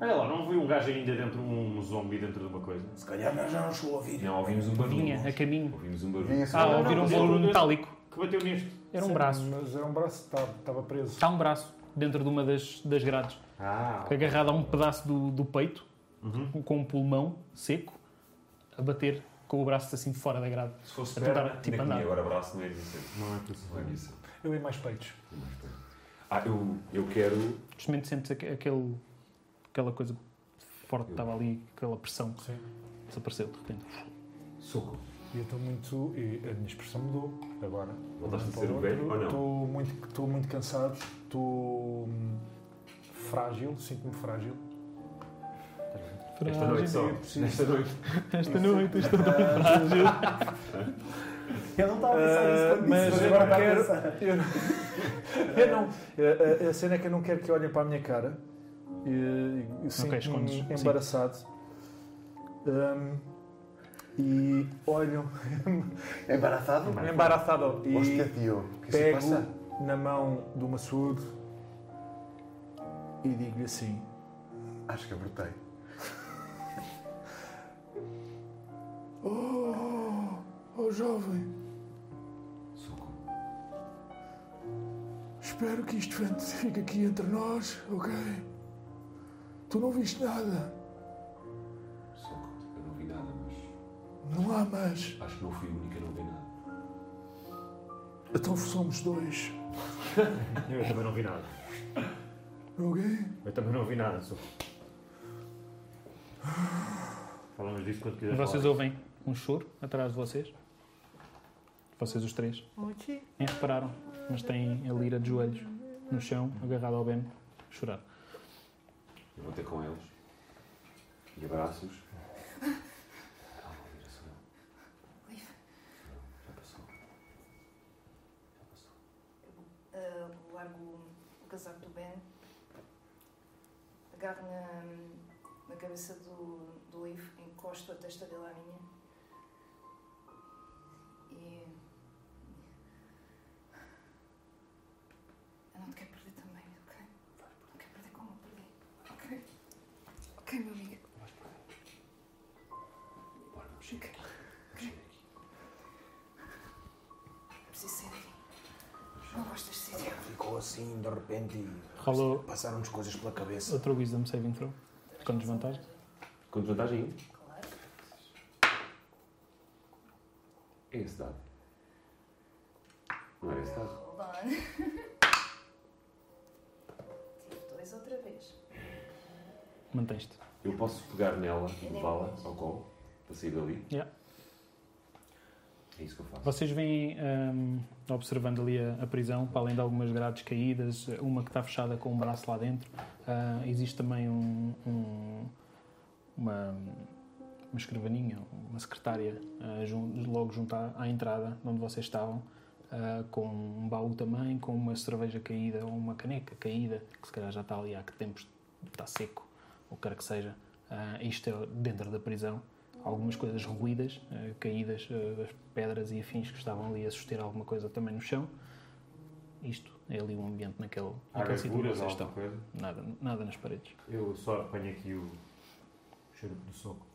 Speaker 7: Olha lá, não vi um gajo ainda dentro, um zombi dentro de uma coisa.
Speaker 2: Se
Speaker 3: é?
Speaker 2: calhar nós já não chegou a ouvir.
Speaker 3: Não, ouvimos um barulho.
Speaker 1: vinha a caminho.
Speaker 3: Ouvimos um barulho.
Speaker 4: Vinha
Speaker 1: Ah,
Speaker 4: só.
Speaker 7: não,
Speaker 1: ouviram um
Speaker 7: mas eu-
Speaker 1: barulho
Speaker 7: eu-
Speaker 1: metálico.
Speaker 7: Que bateu neste.
Speaker 1: Era um
Speaker 8: Sim,
Speaker 1: braço.
Speaker 8: Mas era um braço, estava, estava preso.
Speaker 1: Está um braço dentro de uma das, das grades,
Speaker 7: Ah,
Speaker 1: agarrado a um pedaço do, do peito,
Speaker 7: Uhum.
Speaker 1: com um pulmão seco, a bater com o braço assim de fora da grade.
Speaker 3: Se fosse
Speaker 1: A tentar,
Speaker 3: perna,
Speaker 1: tipo,
Speaker 3: tinha
Speaker 1: andar.
Speaker 3: agora braço, não é isso.
Speaker 7: não é possível.
Speaker 3: Não é isso.
Speaker 8: Eu e mais peitos.
Speaker 3: Ah, eu, eu quero...
Speaker 1: Justamente sentes aque- aquele, aquela coisa forte que estava ali, aquela pressão que
Speaker 8: Sim.
Speaker 1: desapareceu de repente.
Speaker 3: Soco.
Speaker 8: E eu estou muito. E a minha expressão mudou agora.
Speaker 3: Voltaste a
Speaker 8: Para
Speaker 3: ser o
Speaker 8: outro,
Speaker 3: velho ou não?
Speaker 8: Estou muito, estou muito cansado, estou hum, frágil, sinto-me frágil.
Speaker 3: Esta noite só.
Speaker 8: eu preciso-
Speaker 3: Nesta noite.
Speaker 1: Esta noite estou tão frágil.
Speaker 2: Eu não estava a
Speaker 8: Ah, mas eu não quero. Eu, eu não, a- a, a cena é que eu não quero que olhem para a minha cara. E, e sinto-me
Speaker 1: escondes, sim.
Speaker 8: embaraçado. Ahm, e olham.
Speaker 4: é Embaraçado?
Speaker 8: embaraçado.
Speaker 4: Hostia,
Speaker 8: E
Speaker 4: tio. que se
Speaker 8: pego
Speaker 4: passa?
Speaker 8: na mão do Massoud e digo-lhe assim:
Speaker 4: Acho que abortei.
Speaker 8: Oh, oh jovem,
Speaker 3: Soco.
Speaker 8: espero que isto fique aqui entre nós, ok? Tu não viste nada,
Speaker 3: Soco. Eu não vi nada, mas
Speaker 8: não há mais.
Speaker 3: acho que não fui o único a não ver nada.
Speaker 8: Então somos dois,
Speaker 7: Eu também não vi nada.
Speaker 8: ok?
Speaker 7: Eu também não vi nada, sou. Falamos disso quando quiser
Speaker 1: Vocês
Speaker 7: falar.
Speaker 1: ouvem um choro atrás de vocês. Vocês os três. Nem repararam, mas têm a lira de joelhos no chão, agarrada ao bem, a chorar.
Speaker 3: Eu vou ter com eles. E abraços. Calma, vira-se Ah, não.
Speaker 5: Oi. Ah, largo o casaco do Ben, agarro na, na cabeça do, do livro, encosto a testa dele à minha e. Eu não te quero perder também, ok? Não quero perder como eu perdi, ok? Ok, meu amigo. Ok. Ok. Preciso sair daqui. Não gosto deste sítio.
Speaker 2: Ficou assim, de repente, e
Speaker 1: Ralou
Speaker 2: passaram-nos coisas pela cabeça.
Speaker 1: outro Wisdom Saving Throw. Com desvantagem.
Speaker 3: Com desvantagem um? ainda?
Speaker 5: Claro.
Speaker 3: É esse dado. Não era esse dado.
Speaker 5: Hold on. Tive dois outra vez.
Speaker 1: Manteste.
Speaker 3: Eu posso pegar nela e levá-la ao colo para sair dali?
Speaker 1: Yeah.
Speaker 3: É isso que eu faço.
Speaker 1: Vocês vêm hum, observando ali a, a prisão, para além de algumas grades caídas, uma que está fechada com um braço lá dentro. ah, existe também um, um- uma, uma escrivaninha, uma secretária, ah, jun- logo junto à, à entrada de onde vocês estavam, ah, com um baú também, com uma cerveja caída ou uma caneca caída, que se calhar já está ali há que tempos, está seco, ou o que quer que seja. Ah, isto é dentro da prisão algumas coisas ruídas, eh, caídas, eh, as pedras e afins que estavam ali a suster alguma coisa também no chão. Isto é ali o ambiente naquele,
Speaker 7: Há
Speaker 1: naquele sítio onde
Speaker 7: gravuras ou
Speaker 1: vocês
Speaker 7: alguma
Speaker 1: estão.
Speaker 7: coisa?
Speaker 1: Nada, nada nas paredes.
Speaker 7: Eu só apanho aqui o charuto do soco.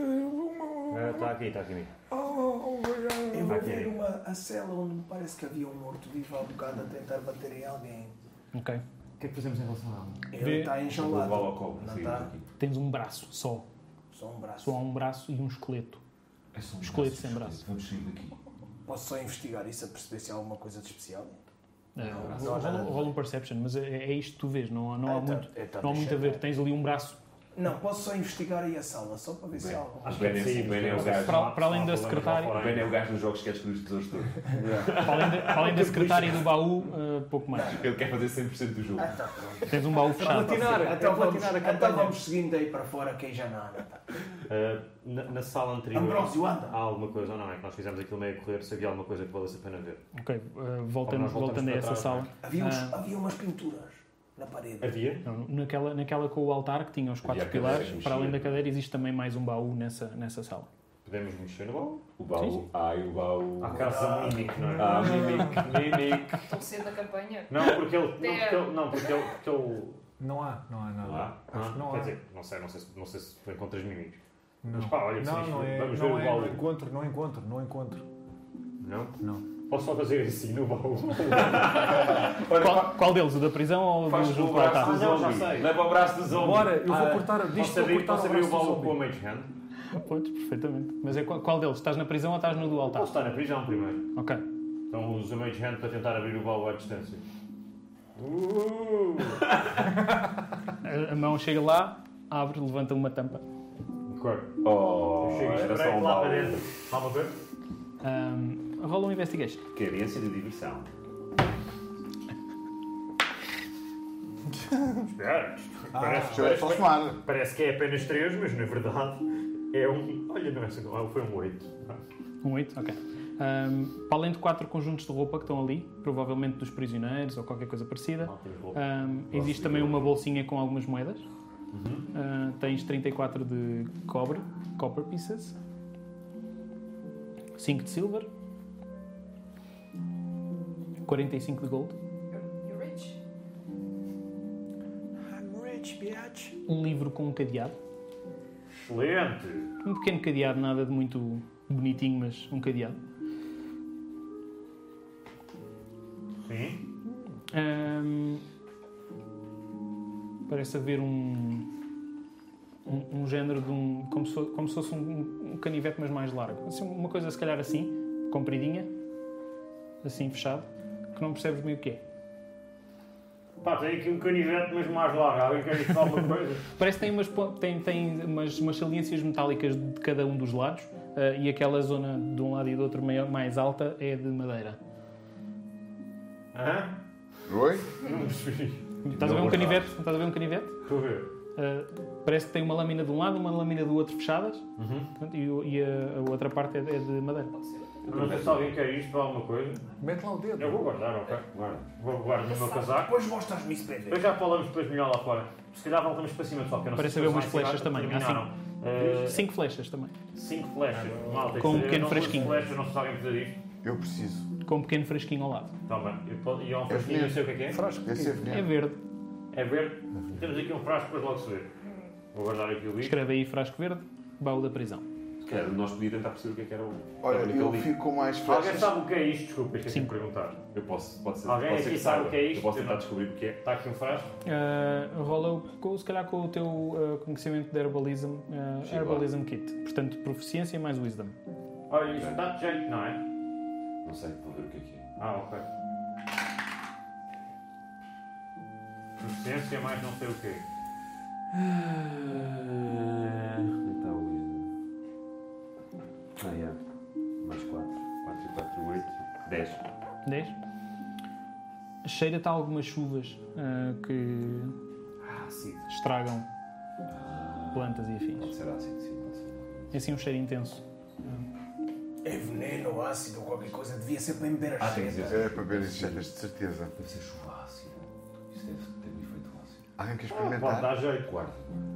Speaker 8: Uma...
Speaker 7: Está Ah, tá aqui, está aqui.
Speaker 8: Oh, obrigado.
Speaker 2: Eu vou
Speaker 7: Ok.
Speaker 2: ver uma a cela onde parece que havia um morto-vivo há bocado a tentar bater em alguém.
Speaker 1: Ok.
Speaker 7: O que é que fazemos em relação a ela?
Speaker 1: Vê-
Speaker 2: Ele está
Speaker 3: Eu Vou levá-la
Speaker 2: enjaulado.
Speaker 3: ao colo para
Speaker 2: Não
Speaker 3: sairmos
Speaker 2: tá?
Speaker 3: daqui.
Speaker 1: Tens um braço só.
Speaker 2: Só um braço.
Speaker 1: Só há um braço e um esqueleto.
Speaker 3: É só um
Speaker 1: Esqueleto
Speaker 3: braço,
Speaker 1: sem braço.
Speaker 3: Vamos sair daqui.
Speaker 6: um.
Speaker 2: Posso só investigar isso a perceber se há alguma coisa de especial?
Speaker 1: Eh,
Speaker 3: braço.
Speaker 1: rola- Rola um perception, mas é, é isto que tu vês, não, há- não há
Speaker 3: Então,
Speaker 1: muito. Não há muito a ver, tens ali um braço.
Speaker 2: Não, posso só investigar aí a sala, só para ver se
Speaker 3: Bem,
Speaker 2: há alguma
Speaker 3: acho
Speaker 2: coisa.
Speaker 3: que é nesse- bem, é o gajo.
Speaker 1: Para- para além da secretária-
Speaker 7: Ah,
Speaker 3: O Ben é o gajo nos jogos que quer descobrir os tesouros todos.
Speaker 1: Para além, da- para além da secretária e do baú, eh, pouco mais.
Speaker 3: Ele quer fazer 100% do jogo.
Speaker 2: Ah, tá pronto.
Speaker 1: Tens um baú fechado.
Speaker 6: Platinar,
Speaker 2: Então
Speaker 6: então
Speaker 2: vamos,
Speaker 6: platinar a
Speaker 2: então
Speaker 6: campanha.
Speaker 2: vamos seguindo aí para fora que aí já não há nada.
Speaker 7: na, na sala anterior.
Speaker 2: Ambrósio, ah! anda!
Speaker 7: Há alguma coisa ou não? É que nós fizemos aquilo meio a correr. Se havia alguma coisa que valesse a pena ver.
Speaker 1: Ok, eh,
Speaker 7: Ou
Speaker 1: voltando,
Speaker 7: nós voltamos
Speaker 1: voltando a
Speaker 7: para
Speaker 1: essa
Speaker 7: trás,
Speaker 1: sala.
Speaker 3: é?
Speaker 2: Havia, uns-
Speaker 1: Ah.
Speaker 2: havia umas pinturas na parede.
Speaker 7: Havia?
Speaker 1: Não, naquela, naquela com o altar que tinha os quatro
Speaker 3: a cadeira
Speaker 1: pilares,
Speaker 3: mexida.
Speaker 1: para além da cadeira existe também mais um baú nessa, nessa sala.
Speaker 7: Podemos mexer no baú?
Speaker 3: O baú. Ai, o baú.
Speaker 7: Há casa Mimic, não é?
Speaker 3: Ah, Mimic, Mimic.
Speaker 5: Estão cedo da campanha?
Speaker 7: Não, porque ele. Não, porque ele. Não, porque ele. Porque ele
Speaker 6: Não há, não há nada.
Speaker 7: não há.
Speaker 6: Ah,
Speaker 7: Ah,
Speaker 6: Acho que não
Speaker 7: Quer
Speaker 6: há.
Speaker 7: dizer, não sei, não sei, se- não sei se tu encontras mimics.
Speaker 6: não.
Speaker 7: mas pá, olha,
Speaker 6: não,
Speaker 7: preciso-
Speaker 6: não é,
Speaker 7: vamos
Speaker 6: não é,
Speaker 7: ver o
Speaker 8: um
Speaker 6: não
Speaker 7: baú.
Speaker 6: encontro, não encontro,
Speaker 8: é
Speaker 6: não encontro.
Speaker 7: Não?
Speaker 6: Não.
Speaker 7: Posso só fazer assim no baú?
Speaker 1: Qual, qual deles? O da prisão ou o do
Speaker 3: Faz com
Speaker 1: junto com
Speaker 3: o
Speaker 1: o
Speaker 3: um braço
Speaker 1: altar?
Speaker 3: do
Speaker 7: Ah, não, já
Speaker 3: zombie.
Speaker 7: sei.
Speaker 3: Leva o braço do zombie.
Speaker 6: Bora, eu vou
Speaker 7: Ah,
Speaker 6: cortar, diz
Speaker 7: Posso
Speaker 6: que vou
Speaker 7: abrir,
Speaker 6: cortar
Speaker 7: posso
Speaker 6: o
Speaker 7: abrir o
Speaker 6: braço do
Speaker 7: baú
Speaker 6: zombie.
Speaker 7: com a Mage Hand?
Speaker 1: Podes, perfeitamente. Mas é qual, qual deles? Estás na prisão ou estás no do altar?
Speaker 7: Posso estar na prisão primeiro.
Speaker 1: Ok.
Speaker 7: Então uso a Mage Hand para tentar abrir o baú à distância. Uh!
Speaker 1: A, a mão chega lá, abre, levanta uma tampa.
Speaker 7: Claro.
Speaker 3: Oh,
Speaker 7: Chego
Speaker 3: era só
Speaker 7: espreito
Speaker 3: um
Speaker 7: lá para
Speaker 3: baú.
Speaker 7: dentro. Há uma coisa?
Speaker 1: Ahm, rola um investigation.
Speaker 3: Carência de diversão.
Speaker 7: Espera. É, isto Parece,
Speaker 9: Deixa eu
Speaker 7: parece,
Speaker 9: aproximar.
Speaker 7: parece que é apenas 3, mas na verdade é um. Olha, não é assim, não, foi um 8.
Speaker 1: Um 8, ok. Ahm, para além de quatro conjuntos de roupa que estão ali, provavelmente dos prisioneiros ou qualquer coisa parecida, Ahm, existe também uma bolsinha com algumas moedas. Ah, tens 34 de cobre, copper pieces, 5 de silver, 45 de gold,
Speaker 5: You're, you're rich?
Speaker 1: um livro com um cadeado,
Speaker 7: Excelente!
Speaker 1: um pequeno cadeado, nada de muito bonitinho, mas um cadeado.
Speaker 7: Sim.
Speaker 1: Ahm, parece haver um, um, um género de um. como se, fo- como se fosse um, um canivete, mas mais largo. Assim, uma coisa, se calhar, assim, compridinha, assim, fechado, que não percebes bem o que é.
Speaker 7: Pá, tem aqui um canivete, mas mais largo. Alguém quer dizer alguma coisa?
Speaker 1: Parece que tem umas, pon- tem, tem umas, umas saliências metálicas de cada um dos lados ah, e aquela zona de um lado e do outro maior- mais alta é de madeira.
Speaker 7: Hã?
Speaker 9: Oi?
Speaker 7: Não percebi.
Speaker 1: Estás a ver um canivete? Estás a ver um canivete?
Speaker 7: Estou a ver.
Speaker 1: Uh, parece que tem uma lâmina de um lado, uma lâmina do outro fechadas
Speaker 3: Uhum.
Speaker 1: portanto, e, o- e a, a outra parte é, é de madeira.
Speaker 5: Pode ser outra.
Speaker 3: Eu não sei se alguém quer isto para alguma coisa.
Speaker 6: Mete lá o dedo.
Speaker 7: Eu vou guardar, ok?
Speaker 3: Guarda.
Speaker 7: Vou guardar no meu casaco.
Speaker 2: Depois Ah, mostras-me isso, Pedro.
Speaker 7: Depois já falamos depois melhor lá fora. Se calhar voltamos para cima só, que eu não
Speaker 1: Parece
Speaker 7: sei
Speaker 1: haver
Speaker 7: se
Speaker 1: umas
Speaker 7: eles lá em
Speaker 1: flechas
Speaker 7: cima
Speaker 1: também, é há
Speaker 7: terminaram. Eh,
Speaker 1: Ah, Cinco flechas também,
Speaker 7: cinco flechas, malta.
Speaker 1: Com um
Speaker 7: isso- eu
Speaker 1: pequeno
Speaker 7: não uso
Speaker 1: fresquinho.
Speaker 7: flechas, não sei se alguém precisa disto.
Speaker 4: Eu preciso.
Speaker 1: com um pequeno fresquinho ao lado.
Speaker 7: Tá bem. Eu po- E é um fresquinho, não sei o que é que é.
Speaker 6: Frasco.
Speaker 4: Esse é
Speaker 1: É
Speaker 4: veneno.
Speaker 1: verde.
Speaker 7: É verde. Temos aqui um frasco, depois logo se vê. Vou guardar aqui o bicho.
Speaker 1: Escreve aí frasco verde, baú da prisão.
Speaker 3: Se calhar nós podíamos tentar perceber o que é que era o.
Speaker 4: Olha,
Speaker 3: estava
Speaker 4: eu
Speaker 3: naquele livro.
Speaker 4: fico com mais
Speaker 7: Alguém
Speaker 4: flechas.
Speaker 7: sabe o que é isto? Desculpa, esqueci de
Speaker 1: Sim.
Speaker 7: perguntar.
Speaker 3: Eu posso. Pode ser,
Speaker 7: Alguém
Speaker 3: pode ser
Speaker 7: aqui
Speaker 3: que
Speaker 7: sabe o
Speaker 3: saiba.
Speaker 7: que é isto?
Speaker 3: Eu posso
Speaker 7: Eu
Speaker 3: tentar
Speaker 7: não.
Speaker 3: descobrir o que é.
Speaker 7: Está aqui um frasco.
Speaker 1: Uh, rola com, se calhar com o teu uh, conhecimento de herbalism, uh,
Speaker 3: Sim,
Speaker 1: herbalism kit. Portanto, proficiência mais wisdom.
Speaker 7: Olha, isto dá de jeito, não é?
Speaker 3: Não sei, vou ver o que é que é.
Speaker 7: Ah, ok. Proficiência mais não sei o quê.
Speaker 3: Então, isto. Ah, é. Mais 4. 4 e 4, 8. 10.
Speaker 1: 10. Cheira-te a algumas chuvas uh, que
Speaker 3: Ah, sim.
Speaker 1: estragam
Speaker 3: Ah,
Speaker 1: plantas e afins.
Speaker 3: pode ser ácido, sim, pode ser.
Speaker 1: É assim um cheiro intenso.
Speaker 2: É veneno, ácido, qualquer coisa. Devia ser para embeber a
Speaker 3: Ah, tem que
Speaker 2: cheta.
Speaker 3: dizer.
Speaker 4: Era É para ver as setas, de certeza.
Speaker 3: Deve ser chuva ácida. Isso deve ter um efeito ácido.
Speaker 4: Alguém
Speaker 1: Ah,
Speaker 4: quer
Speaker 7: Pode
Speaker 4: experimentar?
Speaker 7: dar jeito.
Speaker 3: Guarda.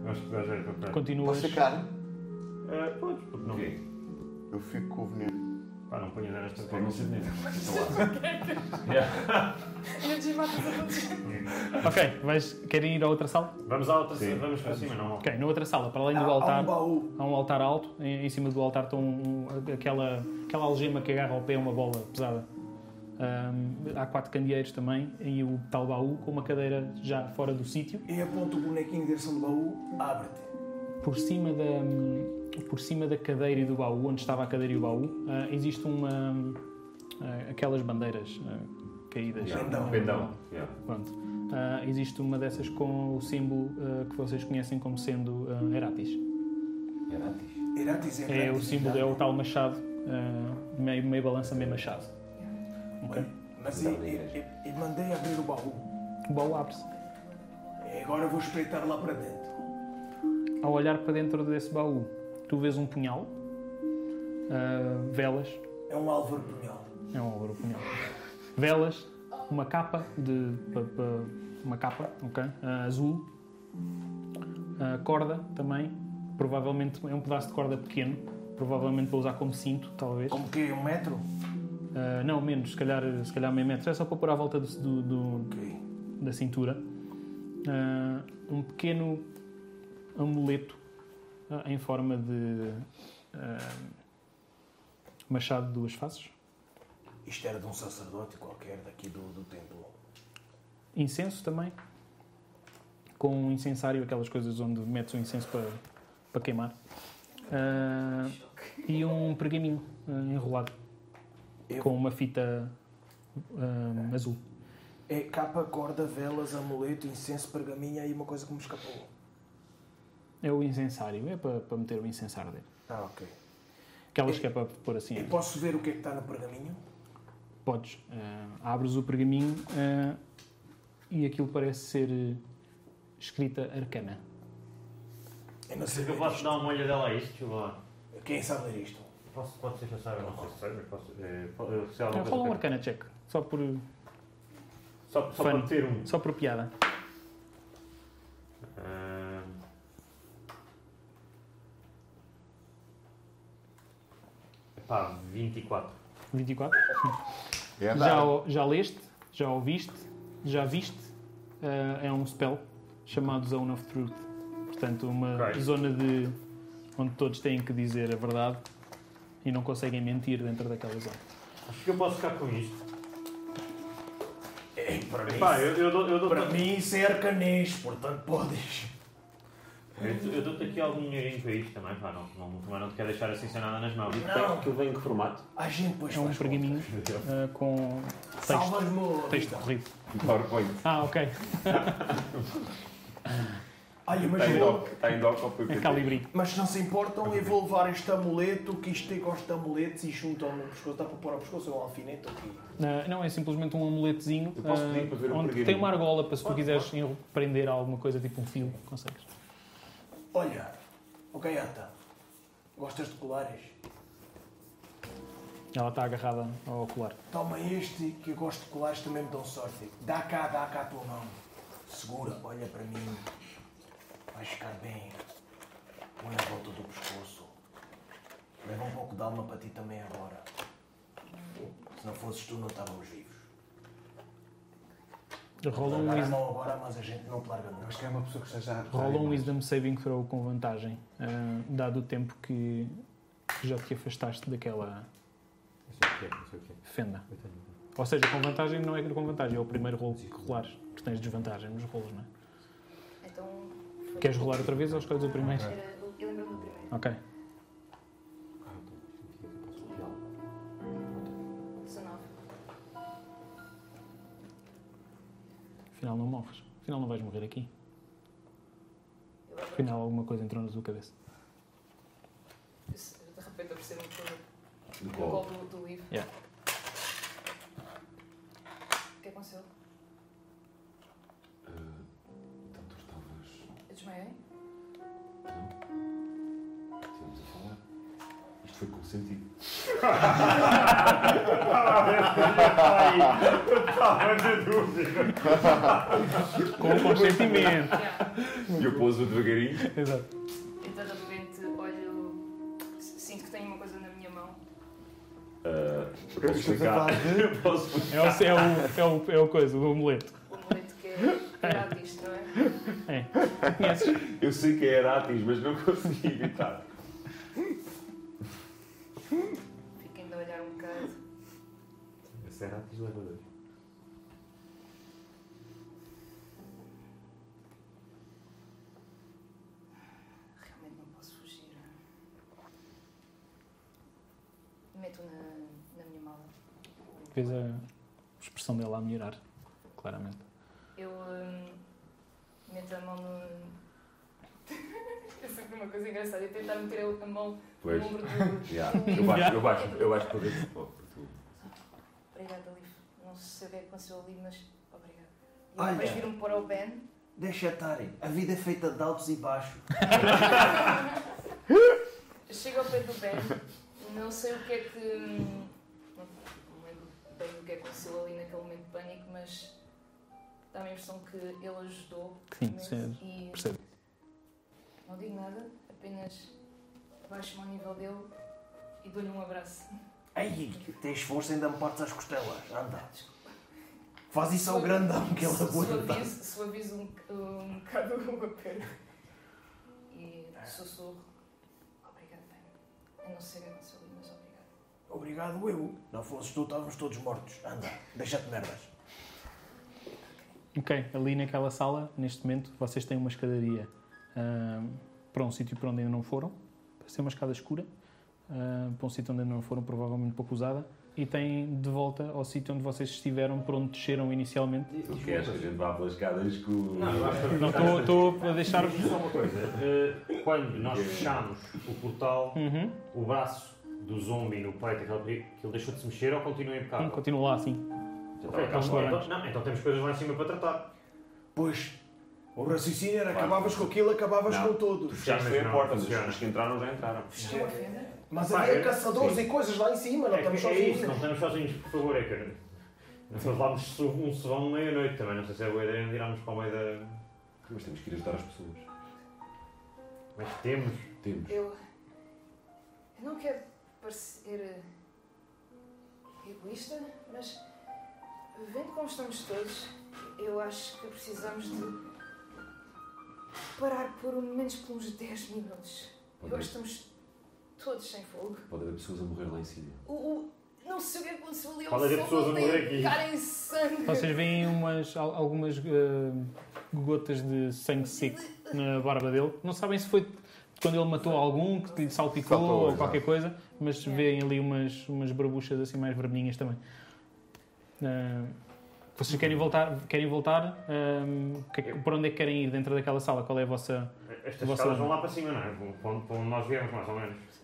Speaker 7: Acho que dá jeito, ok.
Speaker 1: Continuas.
Speaker 4: Posso ficar?
Speaker 7: Uh, podes, porque não.
Speaker 3: O quê?
Speaker 4: Eu fico com o veneno.
Speaker 7: Pá, não ponho a dar esta
Speaker 3: Pode não ser veneno.
Speaker 5: Eu desmato a todos.
Speaker 1: Ok, vais, querem ir à outra sala?
Speaker 7: Vamos à outra
Speaker 3: Sim.
Speaker 7: vamos para cima, não.
Speaker 1: Ok, na outra sala, para além do
Speaker 2: Há
Speaker 1: altar,
Speaker 2: um baú.
Speaker 1: há um altar alto. Em, em cima do altar estão um- um- aquela, aquela algema que agarra ao pé uma bola pesada. Um, há quatro candeeiros também e o tal baú com uma cadeira já fora do sítio.
Speaker 2: E aponta o bonequinho em direção do baú. Abre-te.
Speaker 1: por cima da por cima da cadeira e do baú onde estava a cadeira e o baú ah, existe uma ah, aquelas bandeiras ah, caídas
Speaker 2: Pendão.
Speaker 3: Pendão. Então. Yeah.
Speaker 1: pronto Ah, existe uma dessas com o símbolo ah, que vocês conhecem como sendo ah, Heratis
Speaker 3: Era antes.
Speaker 2: Irá dizer
Speaker 1: é o símbolo é o tal machado ah, meio meio balança meio machado
Speaker 2: Olha, Mas eu, eu- eu- eu mandei abrir o baú.
Speaker 1: o baú abre-se
Speaker 2: E agora eu vou espreitar lá para dentro.
Speaker 1: ao olhar para dentro desse baú tu vês um punhal ah, velas
Speaker 2: É um Álvaro Punhal.
Speaker 1: É um ouro punhal. Velas, uma capa de. pa- pa- uma capa, ok? ah, azul. Ah, corda também. Provavelmente é um pedaço de corda pequeno. Provavelmente vou usar como cinto, talvez.
Speaker 2: Como que é? Um metro?
Speaker 1: Ah, não, menos, se calhar, se calhar meio metro. É só para pôr à volta do- do- do,
Speaker 2: Ok.
Speaker 1: da cintura ah, um pequeno amuleto ah, em forma de ah, machado de duas faces.
Speaker 2: Isto era de um sacerdote qualquer daqui do, do templo.
Speaker 1: incenso também, com um incensário, aquelas coisas onde metes o incenso para, para queimar, Ah, e um pergaminho ah, enrolado
Speaker 2: Eu-
Speaker 1: com uma fita ah, azul.
Speaker 2: É capa, corda, velas, amuleto, incenso, pergaminha e uma coisa que me escapou.
Speaker 1: É o incensário, é para, para meter o incensário dentro.
Speaker 2: Ah, ok.
Speaker 1: Aquelas que é para pôr assim.
Speaker 2: E posso ver o que é que está no pergaminho?
Speaker 1: Podes. ah, abres o pergaminho ah, e aquilo parece ser eh, escrita arcana.
Speaker 2: Eu não sei
Speaker 7: Eu
Speaker 2: ler
Speaker 7: posso
Speaker 2: isto.
Speaker 7: dar uma olhadela a isto, deixa eu lá.
Speaker 2: É Quem sabe ler isto?
Speaker 7: Posso, pode ser necessário, não sei se sei, mas posso. eh, po- eh, se há
Speaker 1: Ah,
Speaker 7: alguma
Speaker 1: rola um
Speaker 7: coisa que-
Speaker 1: arcana check, só por,
Speaker 7: Só,
Speaker 1: Fun.
Speaker 7: só para ter um.
Speaker 1: só por piada.
Speaker 7: Ah, Epá, 24.
Speaker 1: 24?
Speaker 4: É
Speaker 1: Já,
Speaker 4: andar.
Speaker 1: o- já leste, já ouviste, já viste. eh, é um spell chamado Zone of Truth. Portanto, uma
Speaker 7: Ok.
Speaker 1: zona de onde todos têm que dizer a verdade e não conseguem mentir dentro daquela zona.
Speaker 7: Acho que eu posso ficar com isto.
Speaker 2: É, para mim,
Speaker 7: Epá, eu, eu dou- eu dou-
Speaker 2: para mim isso é arcanês, portanto podes.
Speaker 7: Eu eu dou-te aqui algum dinheirinho para isto também, pá, não, não, também não te quero deixar assim sem nada nas mãos.
Speaker 2: Não.
Speaker 3: Aquilo vem em que formato?
Speaker 2: A gente depois
Speaker 1: É um
Speaker 2: faz
Speaker 1: pergaminho eh, com
Speaker 2: conta.
Speaker 1: texto,
Speaker 2: Salvas-me. a
Speaker 1: texto
Speaker 2: vida.
Speaker 1: corrido.
Speaker 3: Um PowerPoint.
Speaker 1: Ah, ok.
Speaker 2: Olha, mas
Speaker 3: Está em
Speaker 2: eu-
Speaker 3: doc. Está em doc ao
Speaker 1: É
Speaker 3: PPT.
Speaker 1: calibrito.
Speaker 2: Mas se não se importam, eu vou levar este amuleto, que isto tem gosto de amuletos e juntam no pescoço. Dá para pôr ao pescoço ou um alfinete ou aqui?
Speaker 1: Eh, não, é simplesmente um amuletozinho
Speaker 3: Eu posso pedir
Speaker 1: eh,
Speaker 3: para ver o
Speaker 1: onde
Speaker 3: pergaminho.
Speaker 1: tem uma argola para se tu quiseres prender alguma coisa, tipo um fio, consegues.
Speaker 2: Olha, ó gaiata, gostas de colares?
Speaker 1: Ela está agarrada ao ocular.
Speaker 2: Toma este que eu gosto de colares, também me dão sorte. Dá cá, dá cá a tua mão. Segura, olha para mim. Vai ficar bem. Põe à volta do pescoço. Leva um pouco de alma para ti também agora. Se não fosses tu, não estávamos vivos.
Speaker 1: Rola um,
Speaker 2: Largar a
Speaker 1: wis-
Speaker 2: mão agora, mas a gente não te larga nunca.
Speaker 4: Acho que é uma pessoa que esteja a
Speaker 1: rola um Wisdom Saving Throw com vantagem, ah, dado o tempo que que já te afastaste daquela
Speaker 7: Não sei o que é, não sei o que é.
Speaker 1: fenda.
Speaker 7: Eu tenho.
Speaker 1: Ou seja, com vantagem não é com vantagem, é o primeiro rolo que rolares, porque tens desvantagem nos rolos, não é?
Speaker 5: Então.
Speaker 1: Queres rolar outra vez ou escolhes o primeiro?
Speaker 5: Era, eu lembro-me do primeiro.
Speaker 1: Ok.
Speaker 7: Ah, eu tenho. Significa que eu posso copiá-lo.
Speaker 5: 19.
Speaker 1: Afinal não morres. Afinal não vais morrer aqui.
Speaker 5: Eu agora,
Speaker 1: Afinal alguma coisa entrou na tua cabeça.
Speaker 5: se- de repente eu percebo que
Speaker 3: Do
Speaker 5: eu
Speaker 3: colo.
Speaker 5: colo do livro.
Speaker 1: Yeah.
Speaker 5: O que aconteceu?
Speaker 3: Ah, Então tu estavas.
Speaker 5: Eu desmaiei?
Speaker 3: Não? Estamos a falar. Isto foi consentido.
Speaker 1: Com consentimento.
Speaker 5: Yeah.
Speaker 3: E eu pôs-o devagarinho.
Speaker 1: Exato.
Speaker 5: Então de repente olho. s- Sinto que tenho uma coisa na minha mão.
Speaker 3: Ah, eu posso
Speaker 4: Estamos a
Speaker 3: explicar.
Speaker 4: falar de...
Speaker 3: Eu posso
Speaker 1: É o, é o, é o, é o coisa, o amuleto.
Speaker 5: O amuleto um que é grátis, não é?
Speaker 1: Conheces?
Speaker 3: Eu sei que é Heratis, mas não consegui evitar.
Speaker 5: Fico ainda a olhar um bocado.
Speaker 7: Esse era antes do elevador.
Speaker 5: Realmente não posso fugir. Meto na, na minha mala.
Speaker 1: Vês a expressão dele a melhorar, claramente.
Speaker 5: Eu hum, meto a mão no. é sempre uma coisa engraçada. Eu tentar meter a a mão
Speaker 3: Pois.
Speaker 5: no ombro do.
Speaker 3: Já. Eu baixo, eu baixo, eu baixo para ver. Oh, para tu.
Speaker 5: Obrigada, Liv. Não sei o que é que aconteceu ali, mas obrigada. E
Speaker 2: Olha.
Speaker 5: depois viro-me para o Ben.
Speaker 2: Deixa estar, a vida é feita de altos e baixos.
Speaker 5: Chego ao pé do Ben, não sei o que é que. hum, Não me lembro bem o que é que aconteceu ali naquele momento de pânico, mas dá-me a impressão que ele ajudou.
Speaker 1: Sim,
Speaker 5: imenso
Speaker 1: sim,
Speaker 5: e
Speaker 1: percebo.
Speaker 5: Não digo nada, apenas baixo-me ao nível dele e dou-lhe um abraço.
Speaker 2: Ai, tens força ainda me partes as costelas. Anda. Faz isso ao grandão que ele é aguenta.
Speaker 5: Suavizo, suavizo um, boca- um bocado o aperto e sussurro. Obrigado, Ben. Eu não sei o que aconteceu ali, mas obrigado.
Speaker 2: Obrigado eu. Não fosses tu, estávamos todos mortos. Anda, deixa-te merdas.
Speaker 1: Ok, ali naquela sala, neste momento, vocês têm uma escadaria ahm, para um sítio para onde ainda não foram. Parece ser uma escada escura, ahm, para um sítio onde ainda não foram, provavelmente pouco usada. E têm de volta ao sítio onde vocês estiveram, por onde desceram inicialmente.
Speaker 3: Tu queres que a gente vá pelas escadas
Speaker 7: Não, eu
Speaker 3: escuras?
Speaker 7: acho que
Speaker 1: Não, estou- estou a deixar-vos.
Speaker 7: Diz-me Só uma coisa, eh, quando nós fechámos o portal,
Speaker 1: Uhum.
Speaker 7: o braço do zombi no peito, aquele que ele deixou de se mexer ou continua
Speaker 1: Hum,
Speaker 7: impecável?
Speaker 1: Continua lá assim.
Speaker 7: Ok, então,
Speaker 1: Está bem.
Speaker 7: então- não, então temos coisas lá em cima para tratar.
Speaker 2: Pois, o raciocínio era
Speaker 3: Claro.
Speaker 2: acabavas com aquilo, acabavas
Speaker 3: Não.
Speaker 2: com todos.
Speaker 3: Já se foi a porta,
Speaker 7: Funciona.
Speaker 3: mas os que entraram já entraram.
Speaker 2: É.
Speaker 5: Não me ofenda?
Speaker 2: Mas
Speaker 7: Pá,
Speaker 2: havia
Speaker 7: é-
Speaker 2: caçadores
Speaker 7: sim.
Speaker 2: e coisas lá em cima, não
Speaker 7: é,
Speaker 2: estamos
Speaker 7: é
Speaker 2: sozinhos.
Speaker 7: isso, não estamos sozinhos, por favor, é que nós levámos so- um sovão meia-noite também, não sei se é boa ideia virarmos para o meio da...
Speaker 3: Mas temos que ir ajudar as pessoas.
Speaker 7: Mas temos...
Speaker 3: Temos.
Speaker 5: Eu. Eu não quero parecer. eh, egoísta, mas. vendo como estamos todos, eu acho que precisamos de. parar por ao menos por uns 10 minutos. Eu
Speaker 3: Pode
Speaker 5: acho que
Speaker 3: haver,
Speaker 5: estamos todos sem fogo.
Speaker 3: pode haver pessoas a morrer lá em cima.
Speaker 5: O, o- não sei o que aconteceu ali ao
Speaker 7: Pode haver
Speaker 5: fundo,
Speaker 7: pessoas a
Speaker 5: tem
Speaker 7: morrer aqui.
Speaker 5: Cara em sangue.
Speaker 1: Vocês veem umas, al- algumas ahm, gotas de sangue seco na barba dele. Não sabem se foi de quando ele matou algum, que lhe salpicou
Speaker 3: Saltou,
Speaker 1: ou
Speaker 3: exato.
Speaker 1: qualquer coisa, mas veem ali umas, umas barbuchas assim mais vermelhinhas também. Ahm, vocês querem voltar? Querem voltar? Ahm, que- por onde é que querem ir dentro daquela sala? Qual é a vossa.
Speaker 7: Estas
Speaker 1: Você-
Speaker 7: escadas vão lá para cima, não é? Para onde, para onde nós viemos, mais ou menos.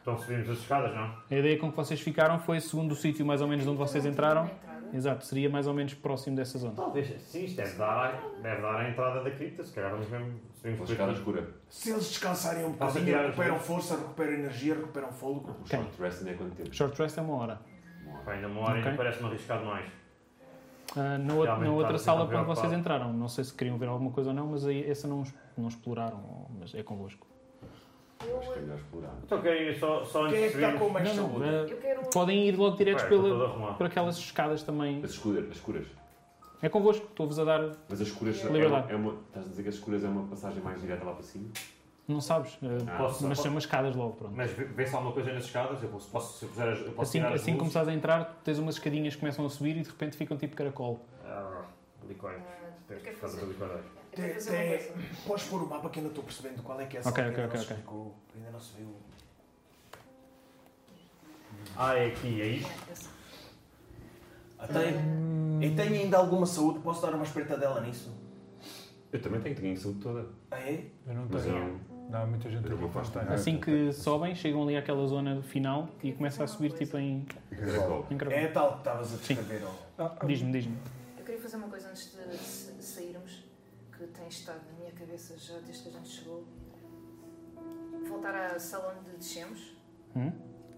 Speaker 7: Então subimos as escadas, não?
Speaker 1: A ideia com que vocês ficaram foi segundo o sítio mais ou menos de onde vocês entraram.
Speaker 5: Na entrada.
Speaker 1: Exato, seria mais ou menos próximo dessa zona.
Speaker 7: Talvez, sim, isto deve dar, à- deve dar à entrada da cripta, se calhar vamos mesmo um subimos
Speaker 3: Vou
Speaker 7: por
Speaker 3: chegar à
Speaker 7: aqui.
Speaker 3: escura.
Speaker 2: Se eles descansarem um
Speaker 7: Posso
Speaker 2: bocadinho,
Speaker 7: tirar as
Speaker 2: recuperam
Speaker 7: mãos?
Speaker 2: força, recuperam energia, recuperam fôlego.
Speaker 3: O
Speaker 1: Ok.
Speaker 3: short rest ainda é quanto tempo?
Speaker 1: Short rest é uma hora.
Speaker 7: Pá, ainda uma hora
Speaker 1: Ok.
Speaker 7: ainda parece-me arriscado mais.
Speaker 1: Ah, na, outra-
Speaker 7: Realmente
Speaker 1: na outra
Speaker 7: está
Speaker 1: sala
Speaker 7: bastante
Speaker 1: quando vocês
Speaker 7: preocupado.
Speaker 1: entraram, não sei se queriam ver alguma coisa ou não, mas aí essa não, es- não exploraram, mas é convosco.
Speaker 5: Eu,
Speaker 3: Acho que é melhor explorar.
Speaker 7: Então, ok, só, só antes
Speaker 2: Quem é
Speaker 7: de
Speaker 2: que está
Speaker 7: subirmos.
Speaker 2: com
Speaker 1: Não,
Speaker 2: mais
Speaker 1: não,
Speaker 2: saúde?
Speaker 1: ah,
Speaker 5: eu quero.
Speaker 1: podem ir logo diretos
Speaker 7: Pá, estou todo
Speaker 1: pela,
Speaker 7: arrumado.
Speaker 1: por aquelas escadas também.
Speaker 3: As escuras, as escuras.
Speaker 1: É convosco, estou-vos a dar.
Speaker 3: Mas as escuras é,
Speaker 1: Liberdade.
Speaker 3: é uma. Estás a dizer que as escuras é uma passagem mais direta lá para cima?
Speaker 1: Não sabes, ah,
Speaker 7: Posso-
Speaker 1: mas são escadas logo, pronto.
Speaker 7: Mas vê- vê-se alguma coisa nas escadas? Eu posso, posso, se eu puser as, eu posso
Speaker 1: Assim,
Speaker 7: tirar as
Speaker 1: assim que
Speaker 7: luzes?
Speaker 1: começares a entrar, tens umas escadinhas que começam a subir e de repente ficam tipo caracol.
Speaker 7: Ah, licórios.
Speaker 5: Ah,
Speaker 7: Tens
Speaker 5: o que é
Speaker 7: que
Speaker 5: que
Speaker 7: fazer
Speaker 5: fazer?
Speaker 7: licórios.
Speaker 5: Eu quero fazer
Speaker 2: Tem-
Speaker 5: uma coisa.
Speaker 2: Podes pôr o mapa que eu não estou percebendo qual é que é essa
Speaker 1: Ok,
Speaker 2: que
Speaker 1: ok,
Speaker 2: ainda não
Speaker 1: ok,
Speaker 2: se
Speaker 1: ok.
Speaker 2: explicou, Ainda não se viu.
Speaker 7: Ah, é aqui, é isto?
Speaker 2: Até, E tenho ainda alguma saúde, posso dar uma espreitadela nisso?
Speaker 3: Eu também tenho, tenho a saúde toda.
Speaker 2: Ah, é?
Speaker 8: Eu não
Speaker 3: Mas eu
Speaker 8: tenho. Não, há muita gente
Speaker 3: Eu
Speaker 8: aqui
Speaker 3: vou
Speaker 8: que não
Speaker 3: afastar.
Speaker 8: tem.
Speaker 1: Assim que sobem, chegam ali àquela zona final e começa a subir tipo em,
Speaker 3: caracol.
Speaker 1: em caracol.
Speaker 2: É a tal que estavas a descrever. ó.
Speaker 7: É-
Speaker 1: Diz-me, diz-me.
Speaker 5: Eu queria fazer uma coisa antes de sa- sairmos, que tem estado na minha cabeça já desde que a gente chegou. Voltar à sala onde descemos,
Speaker 1: Hum?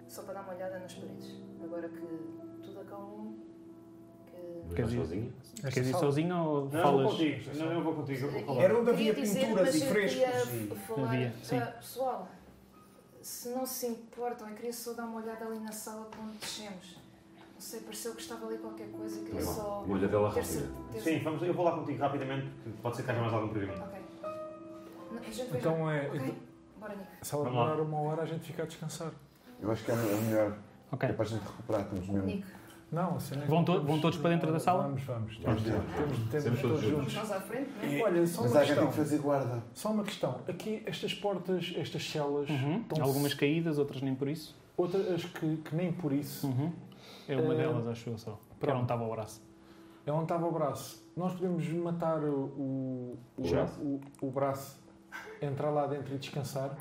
Speaker 5: só para dar uma olhada nas paredes. Agora que tudo acalmou, que...
Speaker 3: Mas
Speaker 1: Quer
Speaker 3: vais
Speaker 1: dizer-
Speaker 3: sozinha?
Speaker 1: Queres ir sozinho ou
Speaker 7: Não, eu vou
Speaker 1: falas?
Speaker 7: contigo. Não, eu vou contigo. Eu vou falar.
Speaker 2: Era onde
Speaker 5: Queria
Speaker 2: havia
Speaker 5: dizer,
Speaker 2: pinturas
Speaker 5: mas
Speaker 2: e
Speaker 5: eu queria
Speaker 2: frescos. e-
Speaker 5: falar.
Speaker 1: Havia, sim.
Speaker 5: Ah, pessoal, se não se importam, eu queria só dar uma olhada ali na sala para onde descemos. Não sei, pareceu que estava ali qualquer coisa, queria
Speaker 1: Tá
Speaker 3: Vai lá.
Speaker 5: só
Speaker 3: Uma olhadela
Speaker 5: ter
Speaker 3: rápida.
Speaker 5: certeza.
Speaker 7: Sim, vamos, eu vou lá contigo rapidamente, que pode ser que haja mais algum bocadinho.
Speaker 5: Ok. Não, a gente vai
Speaker 8: Então é.
Speaker 5: Ah, Ok,
Speaker 8: então,
Speaker 5: bora, Nick.
Speaker 8: Se ela
Speaker 7: Vamos lá.
Speaker 8: demorar uma hora, a gente fica a descansar.
Speaker 4: Eu acho que é o melhor.
Speaker 1: Ok.
Speaker 4: É para a gente recuperar, estamos mesmo.
Speaker 5: Nick,
Speaker 8: Não, assim nem
Speaker 1: Vão to- vão todos para dentro da sala?
Speaker 8: Vamos, vamos.
Speaker 3: Vamos
Speaker 8: Temos,
Speaker 3: todos
Speaker 8: temos,
Speaker 3: juntos.
Speaker 8: temos
Speaker 3: Sempre
Speaker 8: todos
Speaker 3: todos juntos.
Speaker 8: juntos.
Speaker 5: vamos nós à frente, né?
Speaker 2: E-
Speaker 8: Olha, só
Speaker 4: Mas
Speaker 8: uma
Speaker 4: há gente tem
Speaker 8: questão.
Speaker 4: que fazer guarda.
Speaker 8: Só uma questão. Aqui, estas portas, estas celas,
Speaker 1: Uhum.
Speaker 8: estão
Speaker 1: Algumas caídas, outras nem por isso.
Speaker 8: outras que, que nem por isso.
Speaker 1: Uhum. É uma
Speaker 8: Eh,
Speaker 1: delas, acho eu só. Porque não
Speaker 8: pronto.
Speaker 1: estava ao braço.
Speaker 8: É onde estava o braço. Nós podemos matar o, o,
Speaker 3: O braço?
Speaker 8: o, o braço, entrar lá dentro e descansar.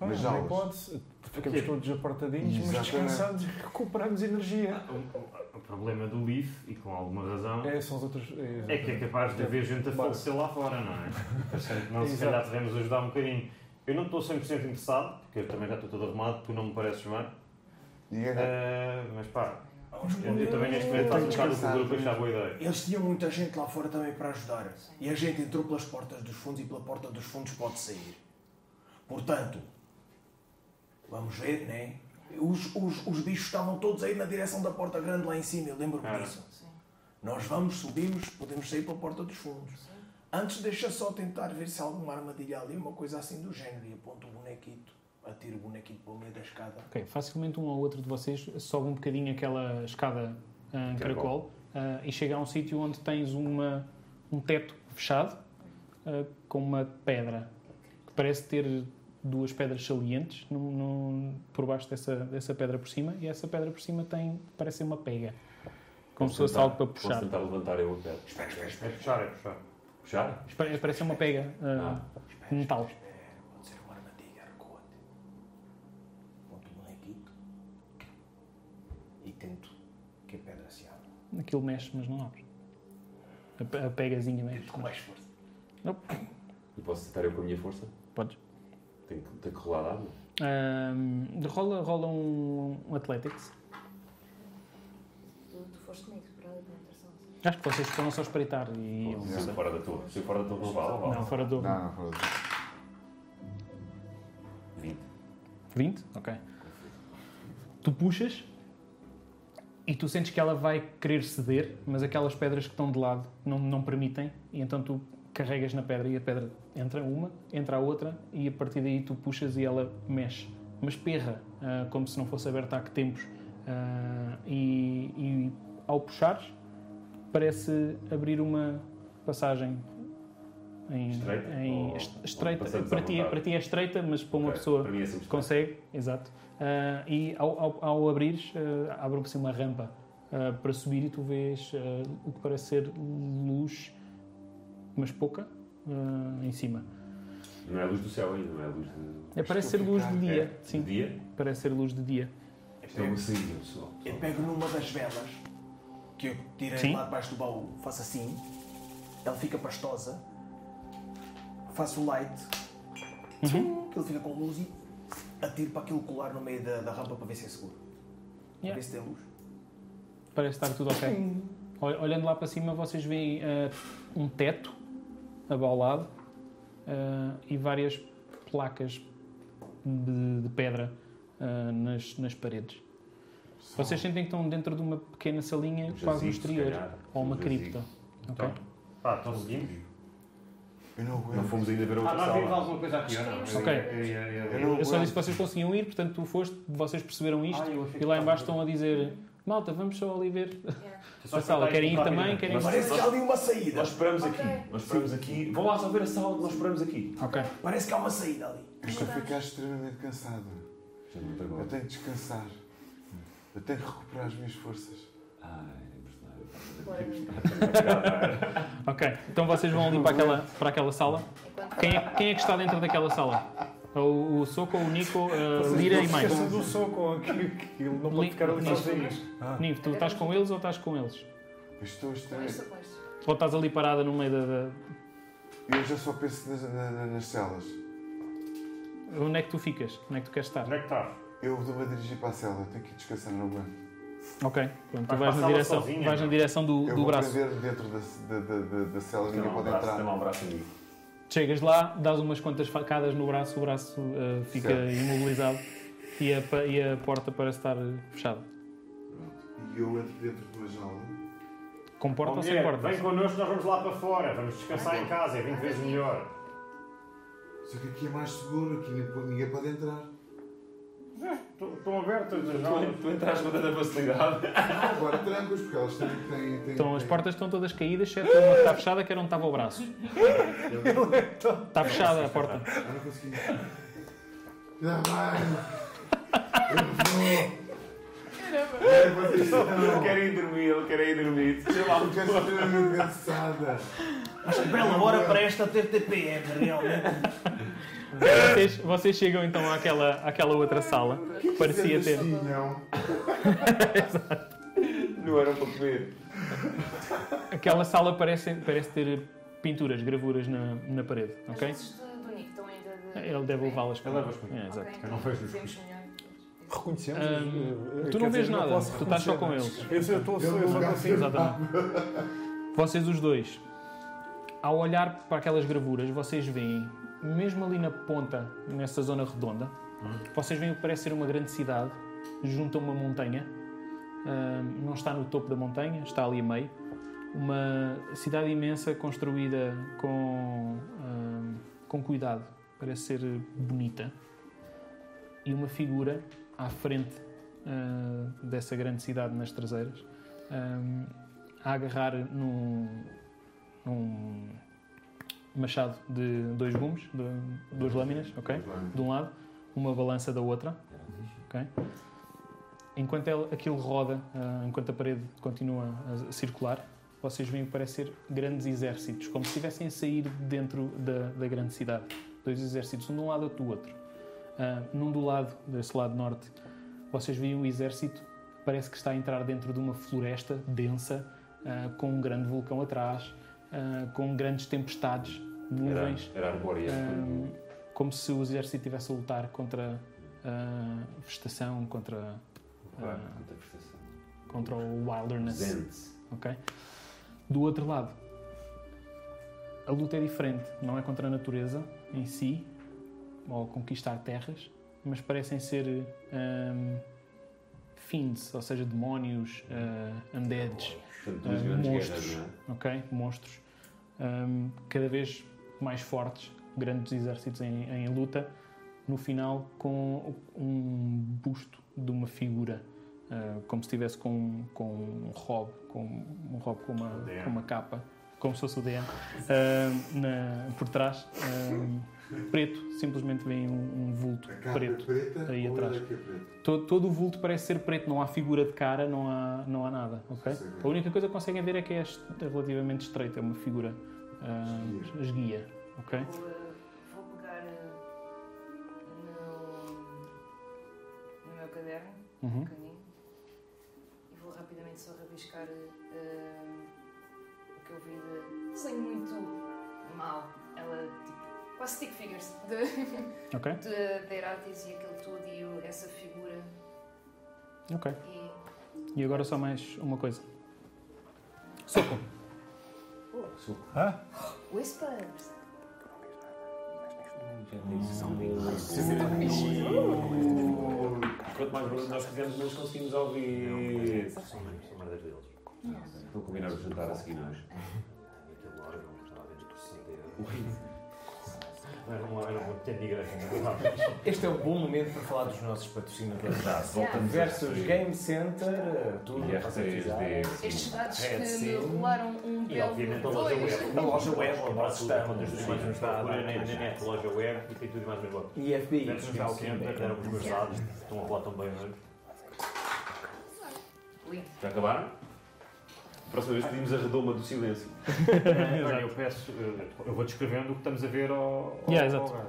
Speaker 4: Nas
Speaker 8: não
Speaker 4: aulas.
Speaker 8: hipótese, ficamos
Speaker 7: Sim.
Speaker 8: todos apertadinhos, mas
Speaker 4: Exatamente.
Speaker 8: descansamos e recuperamos energia.
Speaker 7: O, o problema do Leaf, e com alguma
Speaker 1: Uhum.
Speaker 7: razão,
Speaker 8: É, são as outras. É,
Speaker 7: é que é capaz de haver gente a
Speaker 8: Bora.
Speaker 7: falecer lá fora, não é? Portanto, não, se
Speaker 8: Exato.
Speaker 7: calhar devemos ajudar um bocadinho. Eu não estou 100% interessado, porque eu também já estou todo arrumado, tu não me pareces bem.
Speaker 4: E é-
Speaker 7: Eh, mas pá, eu, eu também neste momento estás um bocado do grupo, acho a boa ideia.
Speaker 2: Eles tinham muita gente lá fora também para ajudar. E a gente entrou pelas portas dos fundos e pela porta dos fundos pode sair. Portanto, vamos ver, né? Os, os, os bichos estavam todos aí na direção da porta grande lá em cima, eu lembro-me
Speaker 7: Ah.
Speaker 2: disso. Nós vamos, subimos, podemos sair pela porta dos fundos. Antes deixa só tentar ver se há alguma armadilha ali, uma coisa assim do género. E aponto o bonequito, atiro o bonequito para o meio da escada.
Speaker 1: Ok, facilmente um ou outro de vocês sobe um bocadinho aquela escada ah, caracol ah, e chega a um sítio onde tens uma, um teto fechado ah, com uma pedra que parece ter duas pedras salientes num- num- por baixo dessa, dessa pedra por cima e essa pedra por cima tem parece ser uma pega como se fosse
Speaker 3: Tentar-
Speaker 1: algo para
Speaker 3: Posso
Speaker 1: puxar
Speaker 3: tentar levantar eu a pedra.
Speaker 2: Espera, espera, espera.
Speaker 7: É puxar, é puxar.
Speaker 3: Puxar?
Speaker 1: Mas pare- parece ser uma pega ah, de metal
Speaker 2: Espera, pode ser uma armadilha, recuate. Ponto o bonequito um e tento que a pedra se abra.
Speaker 1: aquilo mexe mas não abre a, pe- a pegazinha mexe
Speaker 2: Tento com mais força.
Speaker 1: não,
Speaker 3: E posso tentar eu com a minha força?
Speaker 1: podes
Speaker 3: Tenho que, tenho que rolar dado?
Speaker 1: Ahm, rola, rola um, um Athletics.
Speaker 5: Tu, tu foste comigo para ali dentro, só.
Speaker 1: Acho que vocês foram só espreitar e eu não
Speaker 3: Se eu
Speaker 1: sei.
Speaker 3: fora da torre. Se eu fora da torre, não vale, ou
Speaker 1: Não,
Speaker 3: vale.
Speaker 1: fora do.
Speaker 4: Não, não, fala disso.
Speaker 3: 20.
Speaker 1: 20? Ok. Tu puxas e tu sentes que ela vai querer ceder, mas aquelas pedras que estão de lado não, não permitem, e então tu carregas na pedra e a pedra entra uma, entra a outra, e a partir daí tu puxas e ela mexe. Mas perra, ah, como se não fosse aberta há que tempos. Ah, e, e ao puxares, parece abrir uma passagem. Em,
Speaker 3: Estreita?
Speaker 1: em-
Speaker 3: Ou-
Speaker 1: est-
Speaker 3: ou
Speaker 1: estreita.
Speaker 3: passamos à
Speaker 1: Para ti, é-
Speaker 3: vontade?
Speaker 1: para ti é estreita, mas para uma
Speaker 3: Ok,
Speaker 1: pessoa
Speaker 3: Para mim é sempre
Speaker 1: Consegue, exato. Ah, e ao, ao, ao abrires, ah, abre se uma rampa ah, para subir e tu vês ah, o que parece ser luz, mas pouca, ah, em cima.
Speaker 3: Não é a luz do céu ainda, não é a luz de...
Speaker 1: É, parece ser luz de dia,
Speaker 3: de
Speaker 1: sim,
Speaker 3: dia.
Speaker 1: parece ser luz de dia.
Speaker 2: É
Speaker 3: Isto é uma saída, pessoal.
Speaker 2: Eu pego numa das velas que eu tirei
Speaker 1: Sim.
Speaker 2: lá debaixo do baú, faço assim, ela fica pastosa, faço o light,
Speaker 1: Uhum.
Speaker 2: ele fica com luz e atiro para aquilo colar no meio da, da rampa para ver se é seguro. Para
Speaker 1: Yeah.
Speaker 2: ver se tem luz.
Speaker 1: Parece estar tudo ok. Ol- Olhando lá para cima, vocês veem eh, um teto abaulado eh, e várias placas de, de pedra eh, nas, nas paredes. Vocês sentem que estão dentro de uma pequena salinha
Speaker 3: Um
Speaker 1: quase no
Speaker 3: jazigo, se
Speaker 1: exterior
Speaker 3: calhar.
Speaker 1: ou uma
Speaker 3: Um
Speaker 1: cripta.
Speaker 3: jazigo.
Speaker 1: ok?
Speaker 7: Pá, então seguimos.
Speaker 4: Eu não
Speaker 3: Não
Speaker 4: aguento.
Speaker 3: fomos ainda ver a
Speaker 7: Ah,
Speaker 3: outra
Speaker 7: nós vimos
Speaker 3: sala.
Speaker 7: alguma coisa aqui, ou não? Eu-
Speaker 1: Ok.
Speaker 7: eu- eu- eu-
Speaker 4: Eu não
Speaker 1: Eu só
Speaker 4: aguento.
Speaker 1: disse que vocês conseguiam ir, portanto tu foste, vocês perceberam isto
Speaker 7: Ah, eu achei
Speaker 1: e
Speaker 7: que
Speaker 1: lá
Speaker 3: tá
Speaker 7: estava
Speaker 1: embaixo
Speaker 7: a
Speaker 1: estão a dizer Malta, vamos só ali ver
Speaker 5: Yeah.
Speaker 1: a sala. Querem ir também? Querem ir
Speaker 3: Nós-
Speaker 2: Parece que há ali uma saída.
Speaker 3: Nós esperamos
Speaker 5: Ok.
Speaker 3: aqui. Nós esperamos aqui. Vão lá só ver a sala onde nós esperamos aqui.
Speaker 1: Ok.
Speaker 2: Parece que há uma saída ali.
Speaker 4: Eu estou a ficar extremamente cansado.
Speaker 3: Já não tenho
Speaker 4: Eu
Speaker 3: bola.
Speaker 4: tenho de descansar. Eu tenho de recuperar as minhas forças.
Speaker 3: Ai, é impressionante.
Speaker 5: Bora.
Speaker 1: Ok, então vocês vão ali para aquela, para aquela sala.
Speaker 5: Enquanto
Speaker 1: Quem é, quem é que está dentro daquela sala? É O, o Soco, o Nico, a Lira e mais.
Speaker 6: Esqueça do soco aqui, que ele não
Speaker 1: Li-
Speaker 6: pode ficar ali
Speaker 1: Nico.
Speaker 6: sozinho.
Speaker 1: Nivo, tu estás com eles ou estás com eles?
Speaker 4: Eu estou
Speaker 5: com
Speaker 4: extremamente.
Speaker 5: esta, com esta.
Speaker 1: Ou estás ali parada no meio da. da-
Speaker 4: Eu já só penso nas, na- na- nas celas.
Speaker 1: Onde é que tu ficas? Onde é que tu queres estar?
Speaker 7: Onde é que estás?
Speaker 4: Eu vou-me dirigir para a cela. Eu tenho que ir descansar no banco.
Speaker 1: Ok, pronto, tu vais
Speaker 7: Vais para a
Speaker 1: na
Speaker 7: sala
Speaker 1: direção,
Speaker 7: sozinha,
Speaker 1: vais na
Speaker 7: não? é?
Speaker 1: direção do,
Speaker 4: Eu
Speaker 1: do
Speaker 4: vou
Speaker 1: braço.
Speaker 4: prender dentro da, da, da, da, da cela.
Speaker 3: Tem
Speaker 4: Ninguém
Speaker 3: lá um
Speaker 4: pode
Speaker 3: braço, tem
Speaker 4: entrar.
Speaker 3: lá um braço amigo.
Speaker 1: Chegas lá, dás umas quantas facadas no braço, o braço eh, fica
Speaker 4: Certo.
Speaker 1: imobilizado e a, pa- e a porta parece estar fechada.
Speaker 4: Pronto. E eu entro dentro de uma jaula.
Speaker 1: Com porta ou sem
Speaker 7: Mulher,
Speaker 1: porta?
Speaker 7: Vem connosco, nós vamos lá para fora. Vamos descansar em casa, é 20 vezes melhor.
Speaker 4: Só que aqui é mais seguro. Aqui ninguém pode- ninguém pode entrar.
Speaker 7: Estão estão abertas as janelas.
Speaker 3: Tu entras com tanta facilidade.
Speaker 4: Agora trancos, porque elas têm. têm, têm
Speaker 6: É.
Speaker 1: Então as
Speaker 4: têm-
Speaker 1: portas estão todas caídas, exceto uma que está fechada, que era onde estava o braço. Está fechada a porta.
Speaker 4: Eu não consegui. Dá vai! Eu vou! Eu vou dizer
Speaker 3: Eu
Speaker 4: não!
Speaker 3: quero ir dormir, eu quero ir dormir.
Speaker 4: Eu quero ser extremamente cansada!
Speaker 2: Mas que bela hora para esta TTPM, realmente.
Speaker 1: Vocês, vocês chegam então àquela, àquela outra sala que parecia ter.
Speaker 4: Tinham.
Speaker 3: Não era para comer.
Speaker 1: Aquela sala parece, parece ter pinturas, gravuras na, na parede,
Speaker 5: As
Speaker 1: ok? É,
Speaker 5: luzes do, do Nick estão ainda de...
Speaker 1: Ele deve levá-las com
Speaker 7: Ele leva-as comigo.
Speaker 1: É, exato.
Speaker 5: Ok,
Speaker 7: Eu não vejo os
Speaker 5: vemos melhor.
Speaker 6: Reconhecemos.
Speaker 1: Ahm,
Speaker 6: eh,
Speaker 1: tu
Speaker 6: quer
Speaker 1: não
Speaker 6: dizer,
Speaker 1: vês nada,
Speaker 6: posso
Speaker 1: tu estás só com
Speaker 6: reconhecer.
Speaker 1: eles.
Speaker 6: Eu sei, eu estou eu sou assim.
Speaker 1: Exatamente. Vocês os dois, ao olhar para aquelas gravuras, vocês veem, mesmo ali na ponta, nessa zona redonda, vocês veem o que parece ser uma grande cidade, junto a uma montanha. Ahm, não está no topo da montanha, está ali a meio. Uma cidade imensa construída com, ahm, com cuidado, parece ser bonita. E uma figura à frente ah, dessa grande cidade nas traseiras. ahm, a agarrar num, num machado de dois gumes, de- duas lâminas, ok? De um lado, uma balança da outra, ok? Enquanto ela, aquilo roda, ah, enquanto a parede continua a circular, vocês veem parecer grandes exércitos, como se estivessem a sair de dentro da, da grande cidade. Dois exércitos, um de um lado, outro do outro. Ah, num do lado, desse lado norte, vocês veem um exército, parece que está a entrar dentro de uma floresta densa, ah, com um grande vulcão atrás, ah, com grandes tempestades,
Speaker 3: Era,
Speaker 1: nuvens,
Speaker 3: era arbórea.
Speaker 1: Ahm,
Speaker 3: é?
Speaker 1: como se o exército estivesse a lutar contra a vegetação, contra,
Speaker 3: Ah, muita prestação.
Speaker 1: contra o wilderness.
Speaker 3: Zentes.
Speaker 1: ok? Do outro lado, a luta é diferente. Não é contra a natureza em si, ou conquistar terras, mas parecem ser hum, fiends, ou seja, demónios, uh, undeads,
Speaker 3: Portanto, duas
Speaker 1: Ah,
Speaker 3: grandes
Speaker 1: monstros.
Speaker 3: guerras, é?
Speaker 1: ok? Monstros. hum, cada vez mais fortes, grandes exércitos em, em luta. No final, com um busto de uma figura, ah, como se estivesse com, com um robe, com um robe com uma,
Speaker 7: DM.
Speaker 1: com uma capa, como se fosse o DM, ah, na- por trás, ah, preto. Simplesmente vem um, um vulto
Speaker 4: A capa
Speaker 1: preto.
Speaker 4: é preta
Speaker 1: aí
Speaker 4: ou
Speaker 1: atrás.
Speaker 4: é que é preta?
Speaker 1: Todo, todo o vulto parece ser preto, não há figura de cara, não há, não há nada, ok?
Speaker 4: Sim, sim.
Speaker 1: A única coisa que conseguem ver é que é est- é relativamente estreita, é uma figura ah, esguia, ok?
Speaker 5: Vou, eh, vou pegar eh, no, no meu meu caderno,
Speaker 1: Uhum.
Speaker 5: pequenino, e vou rapidamente só rabiscar eh, o que eu vi de desenho muito mal. Ela, tipo, quase stick figures de,
Speaker 1: Ok?
Speaker 5: de, de Heratis e aquilo tudo e o- essa figura.
Speaker 1: Ok.
Speaker 5: E
Speaker 1: E agora só mais uma coisa. Soco.
Speaker 8: Hã?
Speaker 5: Whispers!
Speaker 9: Quanto mais barulho nós fizemos, menos conseguimos ouvir.
Speaker 7: São são merdas deles.
Speaker 3: Então combinamos jantar a seguir hoje.
Speaker 7: Aquele órgão que estava dentro do CD. Era um era um pequeno igreja, não é?
Speaker 9: Este é um bom momento para falar dos nossos patrocinadores da
Speaker 5: Voltamos
Speaker 9: Versus Game Center, eh, tudo
Speaker 3: E R3D.
Speaker 5: Estes dados
Speaker 9: É,
Speaker 5: que me
Speaker 9: sim.
Speaker 5: rolaram um
Speaker 7: E
Speaker 5: belo
Speaker 7: obviamente a loja
Speaker 5: dois.
Speaker 7: web. um
Speaker 9: A loja web, um
Speaker 7: Quando
Speaker 9: onde nós
Speaker 7: nós
Speaker 9: estamos.
Speaker 7: nos procura na internet, loja web, e tem tudo e mais umas botas.
Speaker 9: E é FBI.
Speaker 7: Versos já o centro, deram os meus dados, estão a rolar tão bem é? hoje.
Speaker 5: Lindo.
Speaker 3: Já acabaram? Próxima vez pedimos a redoma do silêncio.
Speaker 7: Olha, eu peço, eh, eu- eu vou descrevendo o que estamos a ver ao. ao-
Speaker 1: Yeah, exato.
Speaker 7: ao- ok.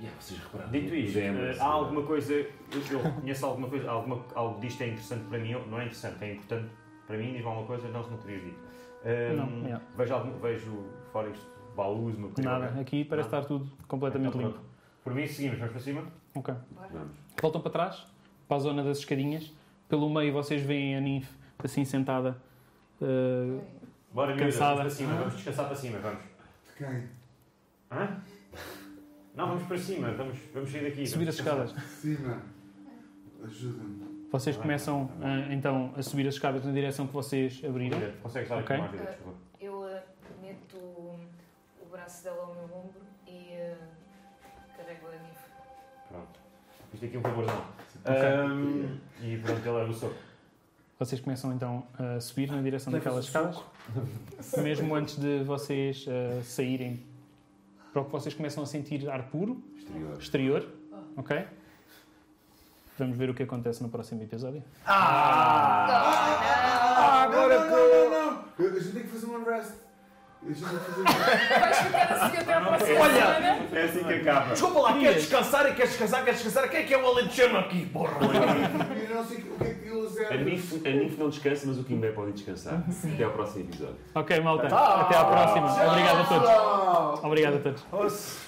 Speaker 3: E vocês repararam.
Speaker 7: Dito isto, eh,
Speaker 3: Ideias,
Speaker 7: há alguma coisa, eu eu reconheço alguma coisa, alguma, algo disto é interessante para mim, ou- não é interessante, é importante para mim, diz-me alguma coisa, não se não teria dito. Ehm,
Speaker 2: um,
Speaker 1: Não, yeah.
Speaker 7: vejo, algum, vejo fora isto, baús, meu querido.
Speaker 1: Nada. Aqui parece estar tudo completamente
Speaker 7: Então,
Speaker 1: limpo.
Speaker 7: pronto. Por mim, seguimos, vamos para cima.
Speaker 1: Ok.
Speaker 3: Vamos.
Speaker 1: Voltam para trás, para a zona das escadinhas. Pelo meio vocês veem a ninf assim sentada. eh,
Speaker 7: Bora, miúdas,
Speaker 1: Cansada.
Speaker 7: vamos para cima, vamos descansar para cima, vamos.
Speaker 4: Quem?
Speaker 7: Hã? Não, vamos para cima, vamos, vamos sair daqui.
Speaker 1: subir
Speaker 7: vamos
Speaker 1: as
Speaker 7: descansar.
Speaker 1: escadas.
Speaker 4: Cima. Ajuda-me.
Speaker 1: Vocês começam ah, então a subir as escadas na direção que vocês abriram.
Speaker 7: Mira, Consegues dar aqui
Speaker 1: Ok.
Speaker 7: mais vezes, por favor?
Speaker 5: Eu eh, meto o, o braço dela ao meu ombro e eh, carrego a nível.
Speaker 7: Pronto. Isto aqui é um favorzão.
Speaker 1: Ok.
Speaker 7: Ahm, e pronto,
Speaker 3: é
Speaker 7: ele leva o soco.
Speaker 1: Vocês começam então a subir na direção daquelas escadas. Mesmo antes de vocês ah, saírem, para o que vocês começam a sentir ar puro,
Speaker 3: Exterior.
Speaker 1: exterior. Ok? Vamos ver o que acontece no próximo episódio.
Speaker 4: Ah, agora não, não, não, não, Eu- A gente tem que fazer um unrest. A gente tem que fazer um unrest.
Speaker 5: Vais ficar assim até à próxima
Speaker 2: Olha!
Speaker 5: semana?
Speaker 7: É assim que acaba.
Speaker 2: Desculpa lá, queres descansar e queres descansar, queres descansar? Quem é que é o alentejano aqui, porra?
Speaker 4: Eu não sei o que é que eles
Speaker 3: A
Speaker 4: eram.
Speaker 3: Nif, a Nif não descansa, mas o Kimbé pode descansar. Até ao próximo episódio.
Speaker 1: Ok, malta. Até à próxima. Obrigado a todos.
Speaker 4: Tchau.
Speaker 1: Obrigado a todos.
Speaker 7: Ouça.